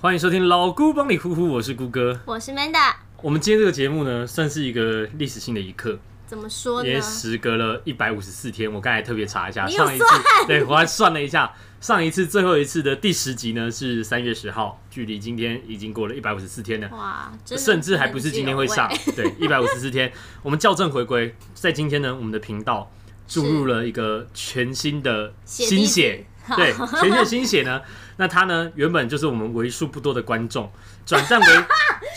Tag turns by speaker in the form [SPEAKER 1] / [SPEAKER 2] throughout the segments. [SPEAKER 1] 欢迎收听老姑帮你呼呼，我是姑哥。
[SPEAKER 2] 我是 Manda，
[SPEAKER 1] 我们今天这个节目呢，算是一个历史性的一刻，
[SPEAKER 2] 怎么说
[SPEAKER 1] 也
[SPEAKER 2] 呢？
[SPEAKER 1] 时隔了一百五十四天。我刚才特别查一下，
[SPEAKER 2] 哦啊你有
[SPEAKER 1] 上一次 对我还算了一下，上一次最后一次的第十集呢是三月十号，距离今天已经过了一百五十四天了。
[SPEAKER 2] 哇，哦真的
[SPEAKER 1] 甚至还不是今天会上
[SPEAKER 2] 很有味。，
[SPEAKER 1] 对，一百五十四天，我们校正回归，在今天呢，我们的频道注入了一个全新的
[SPEAKER 2] 血
[SPEAKER 1] 新
[SPEAKER 2] 滴
[SPEAKER 1] 血， 对，全新的新血呢，那他呢原本就是我们为数不多的观众，转 战为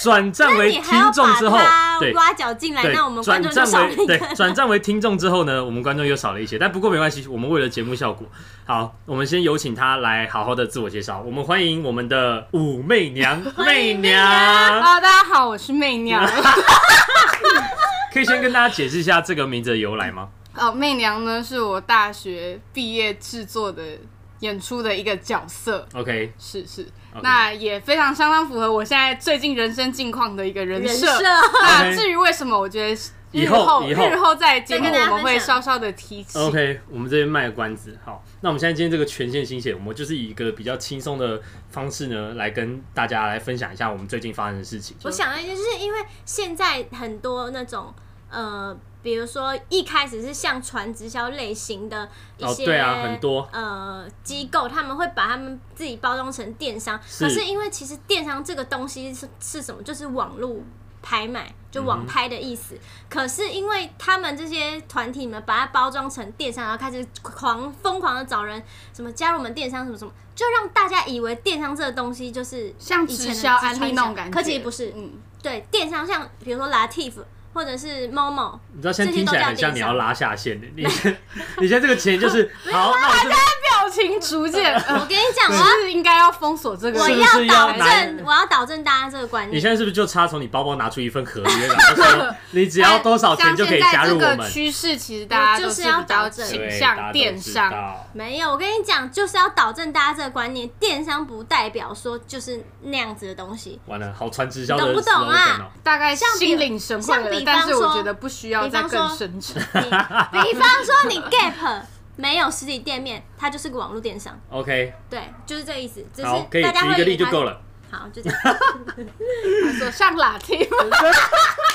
[SPEAKER 1] 转战为
[SPEAKER 2] 你还要
[SPEAKER 1] 听众
[SPEAKER 2] 把
[SPEAKER 1] 之后，
[SPEAKER 2] 它
[SPEAKER 1] 对。
[SPEAKER 2] 挖角进来，
[SPEAKER 1] 对
[SPEAKER 2] 那我们，观
[SPEAKER 1] 转
[SPEAKER 2] 众就
[SPEAKER 1] 战
[SPEAKER 2] 少了
[SPEAKER 1] 为
[SPEAKER 2] 一
[SPEAKER 1] 对
[SPEAKER 2] 个。
[SPEAKER 1] 转战为听众之后呢，我们观众又少了一些，但不过没关系，我们为了节目效果，好，我们先有请他来好好的自我介绍。我们欢迎我们的武媚娘，媚娘，
[SPEAKER 3] 啊，大家好，我是 媚娘。
[SPEAKER 1] 可以先跟大家解释一下这个名字的由来吗？
[SPEAKER 3] 哦，媚娘呢是我大学毕业制作的演出的一个角色，
[SPEAKER 1] OK，
[SPEAKER 3] 是是
[SPEAKER 1] OK
[SPEAKER 3] 那也非常相当符合我现在最近人生境况的一个人
[SPEAKER 2] 人
[SPEAKER 3] 设。
[SPEAKER 2] 设，
[SPEAKER 3] 那
[SPEAKER 1] OK
[SPEAKER 3] 至于为什么，我觉得
[SPEAKER 1] 以
[SPEAKER 3] 日
[SPEAKER 1] 后
[SPEAKER 3] 后
[SPEAKER 1] 以后
[SPEAKER 3] 日后在节目
[SPEAKER 2] 再跟大
[SPEAKER 3] 我
[SPEAKER 2] 家
[SPEAKER 3] 们
[SPEAKER 2] 分
[SPEAKER 3] 会
[SPEAKER 2] 享
[SPEAKER 3] 稍稍的提起。
[SPEAKER 1] OK，我们这边卖个关子。好，那我们现在今天这个权限新血，我们就是以一个比较轻松的方式呢，来跟大家来分享一下我们最近发生的事情。
[SPEAKER 2] 我想的就是因为现在很多那种呃，比如说一开始是像传直销类型的一
[SPEAKER 1] 哦
[SPEAKER 2] 些、
[SPEAKER 1] 对啊很多
[SPEAKER 2] 呃机构，他们会把他们自己包装成电商，可
[SPEAKER 1] 是
[SPEAKER 2] 是因为其实电商这个东西是是什么，就是网络。拍卖就
[SPEAKER 1] 嗯
[SPEAKER 2] 网
[SPEAKER 1] 哼
[SPEAKER 2] 拍的意思，可是因为他们这些团体们把它包装成电商，然后开始狂疯狂的找人什么加入我们电商什么什么，就让大家以为电商这个东西就是
[SPEAKER 3] 像
[SPEAKER 2] 以
[SPEAKER 3] 直
[SPEAKER 2] 前的
[SPEAKER 3] 销
[SPEAKER 2] 直
[SPEAKER 3] 安利
[SPEAKER 2] 传
[SPEAKER 3] 那
[SPEAKER 2] 销
[SPEAKER 3] 种感觉，
[SPEAKER 2] 可其实不是，
[SPEAKER 3] 嗯，
[SPEAKER 2] 对电商像比如说 Latif 或者是 Momo，
[SPEAKER 1] 你知道现在听起来很像你要拉下线的，你 你现在这个钱 就是好，那我
[SPEAKER 3] 表情逐渐， 呃
[SPEAKER 2] 我跟你讲，我
[SPEAKER 3] 是应该要封锁这个。
[SPEAKER 2] 要我
[SPEAKER 1] 是不是要
[SPEAKER 2] 导
[SPEAKER 1] 拿
[SPEAKER 2] 正，我要导正大家这个观
[SPEAKER 1] 你
[SPEAKER 2] 念。
[SPEAKER 1] 现在是不是就差从你包包拿出一份合约， 然后说你只
[SPEAKER 2] 哎
[SPEAKER 1] 要多少钱就可以加入我
[SPEAKER 3] 像现在这个
[SPEAKER 1] 们？
[SPEAKER 3] 趋势其实大家都
[SPEAKER 2] 就是是
[SPEAKER 3] 比
[SPEAKER 2] 要
[SPEAKER 3] 较
[SPEAKER 2] 导正
[SPEAKER 3] 倾
[SPEAKER 1] 对，大家
[SPEAKER 3] 向
[SPEAKER 1] 都
[SPEAKER 3] 电
[SPEAKER 1] 知
[SPEAKER 3] 商，
[SPEAKER 1] 道
[SPEAKER 2] 没有，我跟你讲，就是要导正大家这个观念。电商不代表说就是那样子的 东西。
[SPEAKER 1] 完了，好传直销的
[SPEAKER 2] 懂不懂啊
[SPEAKER 1] slogan 哦
[SPEAKER 3] 大概
[SPEAKER 2] 像比
[SPEAKER 3] 心领神会
[SPEAKER 2] 像
[SPEAKER 3] 了
[SPEAKER 2] 比，
[SPEAKER 3] 但
[SPEAKER 2] 方
[SPEAKER 3] 是我
[SPEAKER 2] 说
[SPEAKER 3] 觉得不需要
[SPEAKER 2] 比
[SPEAKER 3] 再
[SPEAKER 2] 方
[SPEAKER 3] 更
[SPEAKER 2] 说
[SPEAKER 3] 深沉。
[SPEAKER 2] 你比方说你 Gap 没有实体店面，它就是个网络电商，
[SPEAKER 1] OK，
[SPEAKER 2] 对，就是这个意思。只是
[SPEAKER 1] 好，可以
[SPEAKER 2] 大家
[SPEAKER 1] 举
[SPEAKER 2] 会
[SPEAKER 1] 一个
[SPEAKER 2] 以为
[SPEAKER 1] 例就
[SPEAKER 2] 它
[SPEAKER 1] 够。了。
[SPEAKER 2] 好，就这样。
[SPEAKER 3] 说像 latte 吗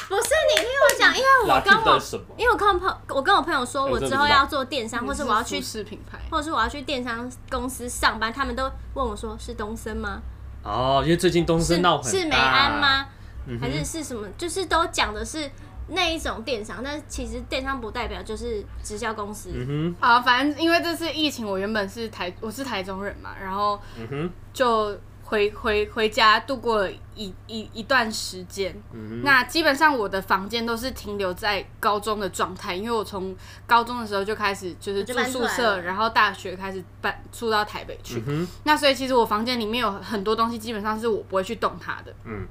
[SPEAKER 2] 不是你听我讲，因为我跟
[SPEAKER 1] 拉
[SPEAKER 2] 我
[SPEAKER 1] 丁的什么
[SPEAKER 2] 因为我跟我朋我跟我朋友说，
[SPEAKER 1] 哎我
[SPEAKER 2] 我
[SPEAKER 1] 真的
[SPEAKER 2] 之
[SPEAKER 1] 不
[SPEAKER 2] 后
[SPEAKER 1] 知道
[SPEAKER 2] 要做电商，啊或是我要去
[SPEAKER 3] 服饰品牌，
[SPEAKER 2] 或者是我要去电商公司上班，他们都问我说是东森吗？
[SPEAKER 1] 哦，因为最近东
[SPEAKER 2] 是
[SPEAKER 1] 森闹很大啊
[SPEAKER 2] 是梅安？吗？
[SPEAKER 1] 嗯哼
[SPEAKER 2] 还是是什么？就是都讲的是那一种电商，但是其实电商不代表就是直销公司。
[SPEAKER 1] 嗯
[SPEAKER 3] 啊，反正因为这次疫情，我原本是台我是台中人嘛，然后
[SPEAKER 1] 哼，嗯哼，
[SPEAKER 3] 就回回回家度过了一一一段时间。
[SPEAKER 1] 嗯哼，
[SPEAKER 3] 那基本上我的房间都是停留在高中的状态，因为我从高中的时候就开始就是
[SPEAKER 2] 就
[SPEAKER 3] 住
[SPEAKER 2] 搬出
[SPEAKER 3] 宿
[SPEAKER 2] 来
[SPEAKER 3] 舍，
[SPEAKER 2] 了
[SPEAKER 3] 然后大学开始搬住到台北去。
[SPEAKER 1] 嗯哼，
[SPEAKER 3] 那所以其实我房间里面有很多东西，基本上是我不会去动它的。
[SPEAKER 1] 嗯，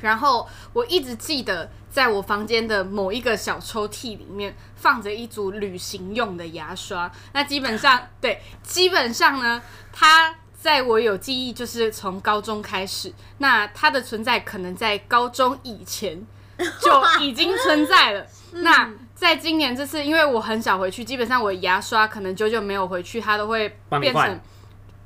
[SPEAKER 3] 然后我一直记得，在我房间的某一个小抽屉里面放着一组旅行用的牙刷。那基本上，对，基本上呢，它在我有记忆就是从高中开始，那它的存在可能在高中以前就已经存 在了。
[SPEAKER 1] 嗯
[SPEAKER 3] 那在今年这次，因为我很少回去，基本上我牙刷可能久久没有回去，它都会
[SPEAKER 1] 帮你
[SPEAKER 3] 变
[SPEAKER 1] 换
[SPEAKER 3] 成。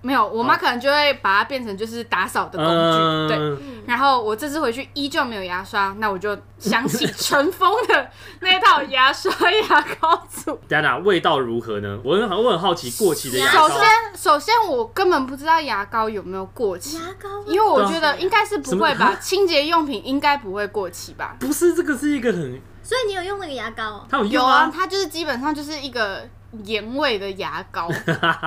[SPEAKER 3] 没有，我妈可能就会把它变成就是打扫的工具，对。
[SPEAKER 1] 嗯，
[SPEAKER 3] 然后我这次回去依旧没有牙刷，那我就想起尘封的那套牙刷牙膏组。
[SPEAKER 1] 对，娜味道如何呢？我很好，我很好奇过期的牙
[SPEAKER 3] 首
[SPEAKER 1] 膏，
[SPEAKER 3] 先，首先我根本不知道牙膏有没有过期，
[SPEAKER 2] 牙膏
[SPEAKER 3] 因为我觉得应该是不会
[SPEAKER 1] 啊什么啊
[SPEAKER 3] 吧，清洁用品应该不会过期吧。
[SPEAKER 1] 不是这个是一个很，
[SPEAKER 2] 所以你有用那个牙膏、哦？
[SPEAKER 1] 它有
[SPEAKER 3] 有
[SPEAKER 1] 用
[SPEAKER 3] 啊，，它就是基本上就是一个盐味的牙 膏，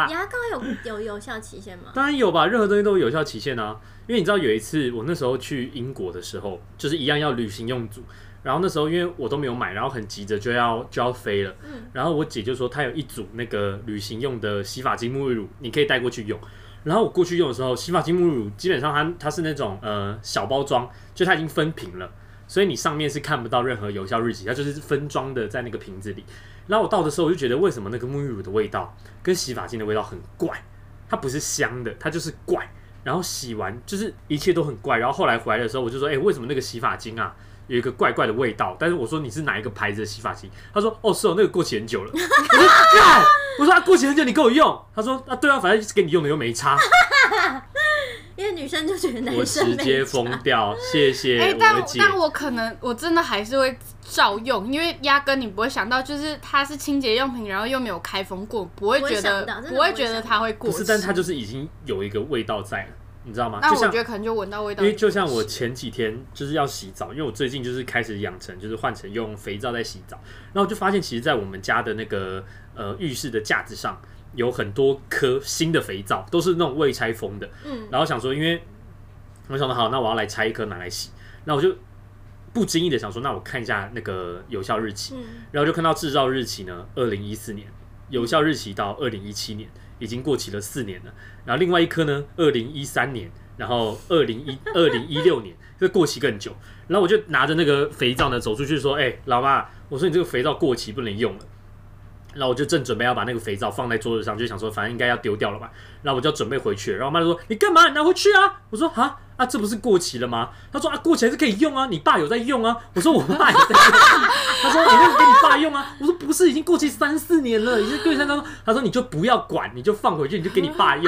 [SPEAKER 2] 牙膏有有有效期限吗？
[SPEAKER 1] 当然有吧，任何东西都有有效期限啊。因为你知道有一次我那时候去英国的时候，就是一样要旅行用组，然后那时候因为我都没有买，然后很急着就要就要飞了，
[SPEAKER 2] 嗯
[SPEAKER 1] 然后我姐就说她有一组那个旅行用的洗发精沐浴乳，你可以带过去用。然后我过去用的时候，洗发精沐浴乳基本上它它是那种呃小包装，就它已经分瓶了，所以你上面是看不到任何有效日期，它就是分装的在那个瓶子里。然后我倒的时候，我就觉得为什么那个沐浴乳的味道跟洗发精的味道很怪，它不是香的，它就是怪。然后洗完就是一切都很怪。然后后来回来的时候，我就说，哎、为什么那个洗发精啊有一个怪怪的味道？但是我说你是哪一个牌子的洗发精？他说，哦，是哦，那个过期很久 了。我说，干，啊我说啊，过期很久，你给我用。他说，啊，对啊，反正给你用的又没差。
[SPEAKER 2] 因为女生就觉得
[SPEAKER 1] 我
[SPEAKER 2] 男生
[SPEAKER 1] 直接
[SPEAKER 2] 没
[SPEAKER 1] 疯掉，谢谢
[SPEAKER 3] 哎、
[SPEAKER 1] 我
[SPEAKER 3] 但
[SPEAKER 1] 的姐。
[SPEAKER 3] 但我可能我真的还是会照用，因为压根你不会想到，就是它是清洁用品，然后又没有开封过，不会
[SPEAKER 2] 不会
[SPEAKER 3] 觉得
[SPEAKER 2] 想到真的
[SPEAKER 3] 会
[SPEAKER 2] 不会
[SPEAKER 3] 觉得
[SPEAKER 2] 想
[SPEAKER 3] 它
[SPEAKER 2] 到
[SPEAKER 3] 会
[SPEAKER 1] 不
[SPEAKER 3] 过期。
[SPEAKER 1] 是，但它就是已经有一个味道在了，你知道吗？
[SPEAKER 3] 那
[SPEAKER 1] 就
[SPEAKER 3] 我
[SPEAKER 1] 像
[SPEAKER 3] 觉得可能就闻到味道
[SPEAKER 1] 因
[SPEAKER 3] 过
[SPEAKER 1] 为
[SPEAKER 3] 期，
[SPEAKER 1] 就像我前几天就是要洗澡，因为我最近就是开始养成就是换成用肥皂在洗澡，然后我就发现其实，在我们家的那个呃浴室的架子上有很多颗新的肥皂，都是那种未拆封的。
[SPEAKER 2] 嗯，
[SPEAKER 1] 然后想说，因为我想说好，那我要来拆一颗拿来洗，那我就不经意的想说，那我看一下那个有效日期，
[SPEAKER 2] 嗯，
[SPEAKER 1] 然后就看到制造日期呢，二零一四年，有效日期到二零一七年，已经过期了四年了。然后另外一颗呢，二零一三年，然后二零一二零一六年，这过期更久。然后我就拿着那个肥皂呢，走出去说：“哎、老妈，我说你这个肥皂过期不能用了。”然后我就正准备要把那个肥皂放在桌子上，就想说反正应该要丢掉了吧。然后我就准备回去了，然后我妈就说：“你干嘛？你拿回去啊！”我说：“啊啊，这不是过期了吗？”她说：“啊，过期还是可以用啊，你爸有在用啊。”我说：“我爸有在用。”他说：“你那个给你爸用啊？”我说：“不是，已经过期三四年了，已经过期三四年了。”他说：“你就不要管，你就放回去，你就给你爸用。”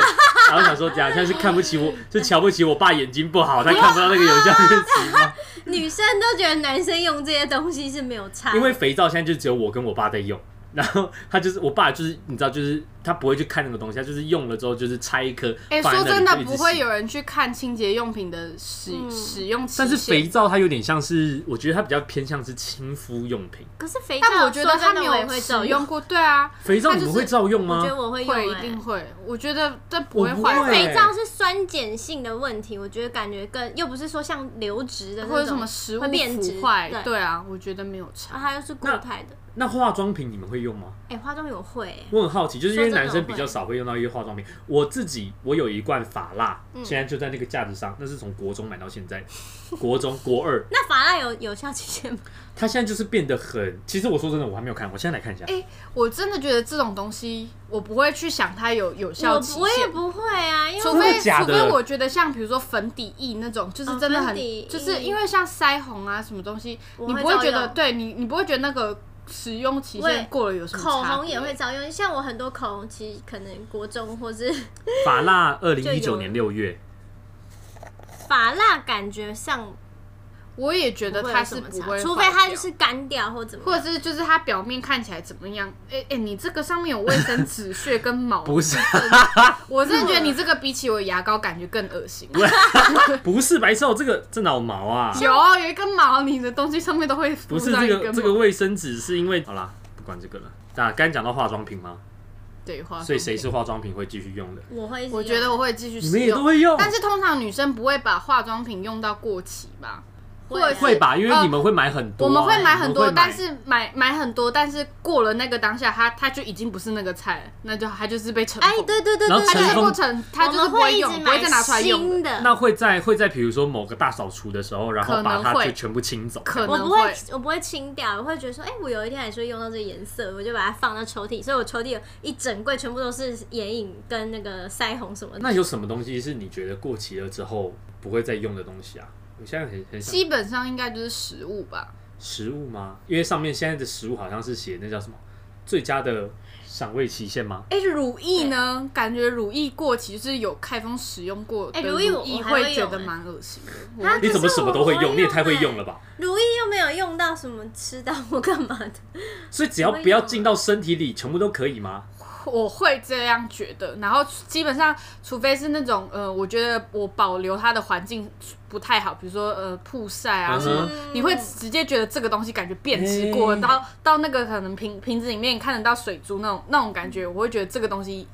[SPEAKER 1] 然后想说，这样像是看不起我，就瞧不起我爸眼睛不好，他看不到那个有效日期吗？
[SPEAKER 2] 女生都觉得男生用这些东西是没有差，
[SPEAKER 1] 因为肥皂现在就只有我跟我爸在用，然后他就是我爸就是你知道就是他不会去看那个东西，他就是用了之后就是拆一颗。
[SPEAKER 3] 哎、
[SPEAKER 1] 放在
[SPEAKER 3] 说
[SPEAKER 1] 那
[SPEAKER 3] 真
[SPEAKER 1] 里
[SPEAKER 3] 的
[SPEAKER 1] 就一，直
[SPEAKER 3] 不会
[SPEAKER 1] 洗
[SPEAKER 3] 有人去看清洁用品的使、
[SPEAKER 2] 嗯
[SPEAKER 3] 使用期限。
[SPEAKER 1] 但是肥皂它有点像是，我觉得它比较偏向是亲肤用品。
[SPEAKER 2] 可是肥皂，
[SPEAKER 3] 但我觉得
[SPEAKER 2] 说
[SPEAKER 3] 它
[SPEAKER 2] 真
[SPEAKER 3] 没
[SPEAKER 2] 的我也
[SPEAKER 3] 有
[SPEAKER 2] 会
[SPEAKER 3] 使
[SPEAKER 2] 照
[SPEAKER 3] 用
[SPEAKER 2] 用，
[SPEAKER 3] 过，对啊，
[SPEAKER 1] 肥皂
[SPEAKER 3] 它
[SPEAKER 1] 你
[SPEAKER 3] 就
[SPEAKER 1] 们会
[SPEAKER 3] 是
[SPEAKER 1] 照用
[SPEAKER 2] 我觉
[SPEAKER 1] 吗
[SPEAKER 2] 得？我会用、
[SPEAKER 3] 会
[SPEAKER 2] 欸，
[SPEAKER 3] 一定会。我觉得这不
[SPEAKER 1] 我
[SPEAKER 3] 会
[SPEAKER 1] 不
[SPEAKER 3] 坏
[SPEAKER 1] 会
[SPEAKER 3] 吧，
[SPEAKER 2] 肥皂是酸碱性的问题，我觉得感觉更又不是说像流质的那种
[SPEAKER 3] 或者什么食物
[SPEAKER 2] 会变质
[SPEAKER 3] 腐坏，
[SPEAKER 2] 对
[SPEAKER 3] 对啊，我觉得没有差
[SPEAKER 2] 啊，。它又是固态的。
[SPEAKER 1] 那化妆品你们会用吗？
[SPEAKER 2] 哎、化妆有会、欸，
[SPEAKER 1] 我很好奇，就是因为
[SPEAKER 2] 说真的
[SPEAKER 1] 男生比较少会用到一些化妆品。我自己我有一罐法蜡，
[SPEAKER 3] 嗯
[SPEAKER 1] 现在就在那个架子上，那是从国中买到现在， 国中国二，
[SPEAKER 2] 那法拉有有效期限吗？
[SPEAKER 1] 它现在就是变得很。其实我说真的，我还没有看，我现在来看一下。
[SPEAKER 3] 哎、我真的觉得这种东西，我不会去想它有有效
[SPEAKER 2] 我
[SPEAKER 3] 期
[SPEAKER 2] 我也
[SPEAKER 3] 限。
[SPEAKER 2] 不会啊，因为
[SPEAKER 3] 除
[SPEAKER 1] 真的
[SPEAKER 3] 非
[SPEAKER 1] 假
[SPEAKER 3] 除
[SPEAKER 1] 的
[SPEAKER 3] 非我觉得像比如说粉底液那种，就是
[SPEAKER 2] 哦
[SPEAKER 3] 真的
[SPEAKER 2] 粉
[SPEAKER 3] 很，
[SPEAKER 2] 底
[SPEAKER 3] 就是
[SPEAKER 2] 液
[SPEAKER 3] 因为像腮红啊什么东西，
[SPEAKER 2] 我
[SPEAKER 3] 你
[SPEAKER 2] 会
[SPEAKER 3] 不会
[SPEAKER 2] 照
[SPEAKER 3] 觉得
[SPEAKER 2] 用
[SPEAKER 3] 对你你不会觉得那个使用期
[SPEAKER 2] 我
[SPEAKER 3] 限
[SPEAKER 2] 也
[SPEAKER 3] 过了有什么
[SPEAKER 2] 口
[SPEAKER 3] 差
[SPEAKER 2] 红也
[SPEAKER 3] 别
[SPEAKER 2] 会常用，像我很多口红其实可能国中或是
[SPEAKER 1] 法蜡二零一
[SPEAKER 2] 就
[SPEAKER 1] 九
[SPEAKER 2] 有
[SPEAKER 1] 年六月，
[SPEAKER 2] 法蜡，感觉上
[SPEAKER 3] 我也觉得
[SPEAKER 2] 不会
[SPEAKER 3] 它
[SPEAKER 2] 有
[SPEAKER 3] 是
[SPEAKER 2] 什么
[SPEAKER 3] 不
[SPEAKER 2] 差
[SPEAKER 3] 会坏掉，
[SPEAKER 2] 除非它就是干掉或怎么
[SPEAKER 3] 或
[SPEAKER 2] 样。
[SPEAKER 3] 者是就是它表面看起来怎么样？哎、哎、你这个上面有卫 生纸屑跟毛，
[SPEAKER 1] 不是
[SPEAKER 3] 我真的觉得你这个比起我牙膏感觉更恶 心。
[SPEAKER 1] 不是白痴哦，这个这脑毛 啊，
[SPEAKER 3] 有啊有一根毛，你的东西上面都会
[SPEAKER 1] 不
[SPEAKER 3] 附
[SPEAKER 1] 是
[SPEAKER 3] 上
[SPEAKER 1] 这
[SPEAKER 3] 一根
[SPEAKER 1] 个
[SPEAKER 3] 毛。
[SPEAKER 1] 这个卫生纸是因为好啦，不管这个了。那刚才讲到化妆品吗？
[SPEAKER 3] 啊对话，
[SPEAKER 1] 所以谁是？化妆品会继续用的？
[SPEAKER 2] 我会一直
[SPEAKER 3] 我觉
[SPEAKER 2] 用
[SPEAKER 3] 得我会继续
[SPEAKER 1] 你
[SPEAKER 3] 使
[SPEAKER 1] 们也都
[SPEAKER 3] 用，
[SPEAKER 1] 会用，
[SPEAKER 3] 但是通常女生不会把化妆品用到过期吧？
[SPEAKER 2] 会
[SPEAKER 3] 或者
[SPEAKER 2] 啊
[SPEAKER 3] 是
[SPEAKER 1] 会吧？因为你们会买很多啊、
[SPEAKER 3] 呃我们会买很
[SPEAKER 1] 你们
[SPEAKER 3] 多，
[SPEAKER 1] 买
[SPEAKER 3] 但是买买很多，但是过了那个当下，它它就已经不是那个菜了，那就它就是被尘
[SPEAKER 2] 哎，
[SPEAKER 3] 封，
[SPEAKER 2] 对对对
[SPEAKER 1] 然后
[SPEAKER 2] 对
[SPEAKER 3] 它就是
[SPEAKER 1] 尘封
[SPEAKER 2] 对，
[SPEAKER 3] 过程，它
[SPEAKER 2] 我
[SPEAKER 3] 就是
[SPEAKER 2] 们
[SPEAKER 3] 不会
[SPEAKER 2] 一
[SPEAKER 3] 用，
[SPEAKER 2] 直
[SPEAKER 3] 不会
[SPEAKER 2] 买
[SPEAKER 3] 再拿出来用的。
[SPEAKER 2] 新的。
[SPEAKER 1] 那会在会在比如说某个大扫除的时候，然后
[SPEAKER 3] 可
[SPEAKER 1] 把
[SPEAKER 3] 能
[SPEAKER 1] 它
[SPEAKER 3] 会
[SPEAKER 1] 就全部清走。
[SPEAKER 3] 可
[SPEAKER 2] 我
[SPEAKER 3] 能
[SPEAKER 2] 不会，我不会清掉，我会觉得说，哎、我有一天还是会用到这个颜色，我就把它放到抽屉，所以我抽屉有一整柜全部都是眼影跟那个腮红什么的。
[SPEAKER 1] 那有什么东西是你觉得过期了之后不会再用的东西啊？我现在很很想
[SPEAKER 3] 基本上应该就是食物吧。
[SPEAKER 1] 食物吗？因为上面现在的食物好像是写那叫什么最佳的赏味期限吗？
[SPEAKER 3] 哎、乳液呢？感觉乳液过期就是有开封使用过的
[SPEAKER 2] 哎
[SPEAKER 3] 乳
[SPEAKER 2] 乳液我
[SPEAKER 3] 液
[SPEAKER 2] 我还会
[SPEAKER 3] 会觉
[SPEAKER 2] 用
[SPEAKER 3] 得
[SPEAKER 2] 哎
[SPEAKER 3] 蛮恶心的。我
[SPEAKER 2] 啊
[SPEAKER 1] 你怎么什么都会
[SPEAKER 2] 可是
[SPEAKER 1] 用？
[SPEAKER 2] 我
[SPEAKER 1] 你也太会
[SPEAKER 2] 欸
[SPEAKER 1] 用了吧！
[SPEAKER 2] 如意又没有用到什么吃到我干嘛的，
[SPEAKER 1] 所以只要
[SPEAKER 2] 我会
[SPEAKER 1] 不要
[SPEAKER 2] 用
[SPEAKER 1] 进到身体里，全部都可以吗？
[SPEAKER 3] 我会这样觉得，然后基本上，除非是那种呃，我觉得我保留它的环境不太好，比如说呃曝晒啊
[SPEAKER 1] 嗯哼
[SPEAKER 3] 什么，你会直接觉得这个东西感觉变质过，
[SPEAKER 1] 嗯
[SPEAKER 3] 到到那个可能瓶瓶子里面看得到水珠那种那种感觉，我会觉得这个东西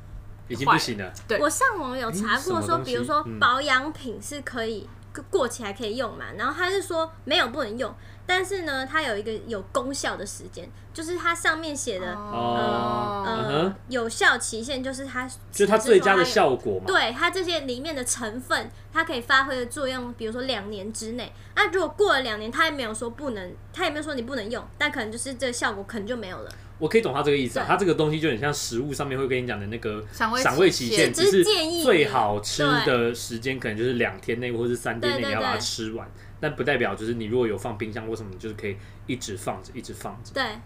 [SPEAKER 1] 已经不行了。
[SPEAKER 3] 对
[SPEAKER 2] 我上网有查
[SPEAKER 1] 诶什么
[SPEAKER 2] 过
[SPEAKER 1] 东西
[SPEAKER 2] 说，比如说
[SPEAKER 1] 嗯
[SPEAKER 2] 保养品是可以过期还可以用嘛，然后他是说没有不能用，但是呢，它有一个有功效的时间，就是它上面写的。
[SPEAKER 1] 哦，嗯
[SPEAKER 2] 呃
[SPEAKER 1] 哼，，
[SPEAKER 2] 有效期限就是它，
[SPEAKER 1] 就是它最佳的
[SPEAKER 2] 效。
[SPEAKER 1] 效果嘛。
[SPEAKER 2] 对它这些里面的成分，它可以发挥的作用，比如说两年之内。那如果过了两年，它也没有说不能，它也没有说你不能用，但可能就是这个效果可能就没有了。
[SPEAKER 1] 我可以懂他这个意思啊，
[SPEAKER 2] 对
[SPEAKER 1] 他这个东西就很像食物上面会跟你讲的那个
[SPEAKER 3] 赏味
[SPEAKER 1] 赏味
[SPEAKER 3] 期
[SPEAKER 1] 期
[SPEAKER 3] 限
[SPEAKER 1] 限，
[SPEAKER 2] 只
[SPEAKER 1] 只是
[SPEAKER 2] 是建议你
[SPEAKER 1] 最好吃的时间可能就是两天内或是三天内
[SPEAKER 2] 对对
[SPEAKER 1] 你要把它
[SPEAKER 2] 对
[SPEAKER 1] 吃完，但不代表就是你如果有放冰箱或什么，你就是可以一直放着，一直放着。
[SPEAKER 2] 对，哎、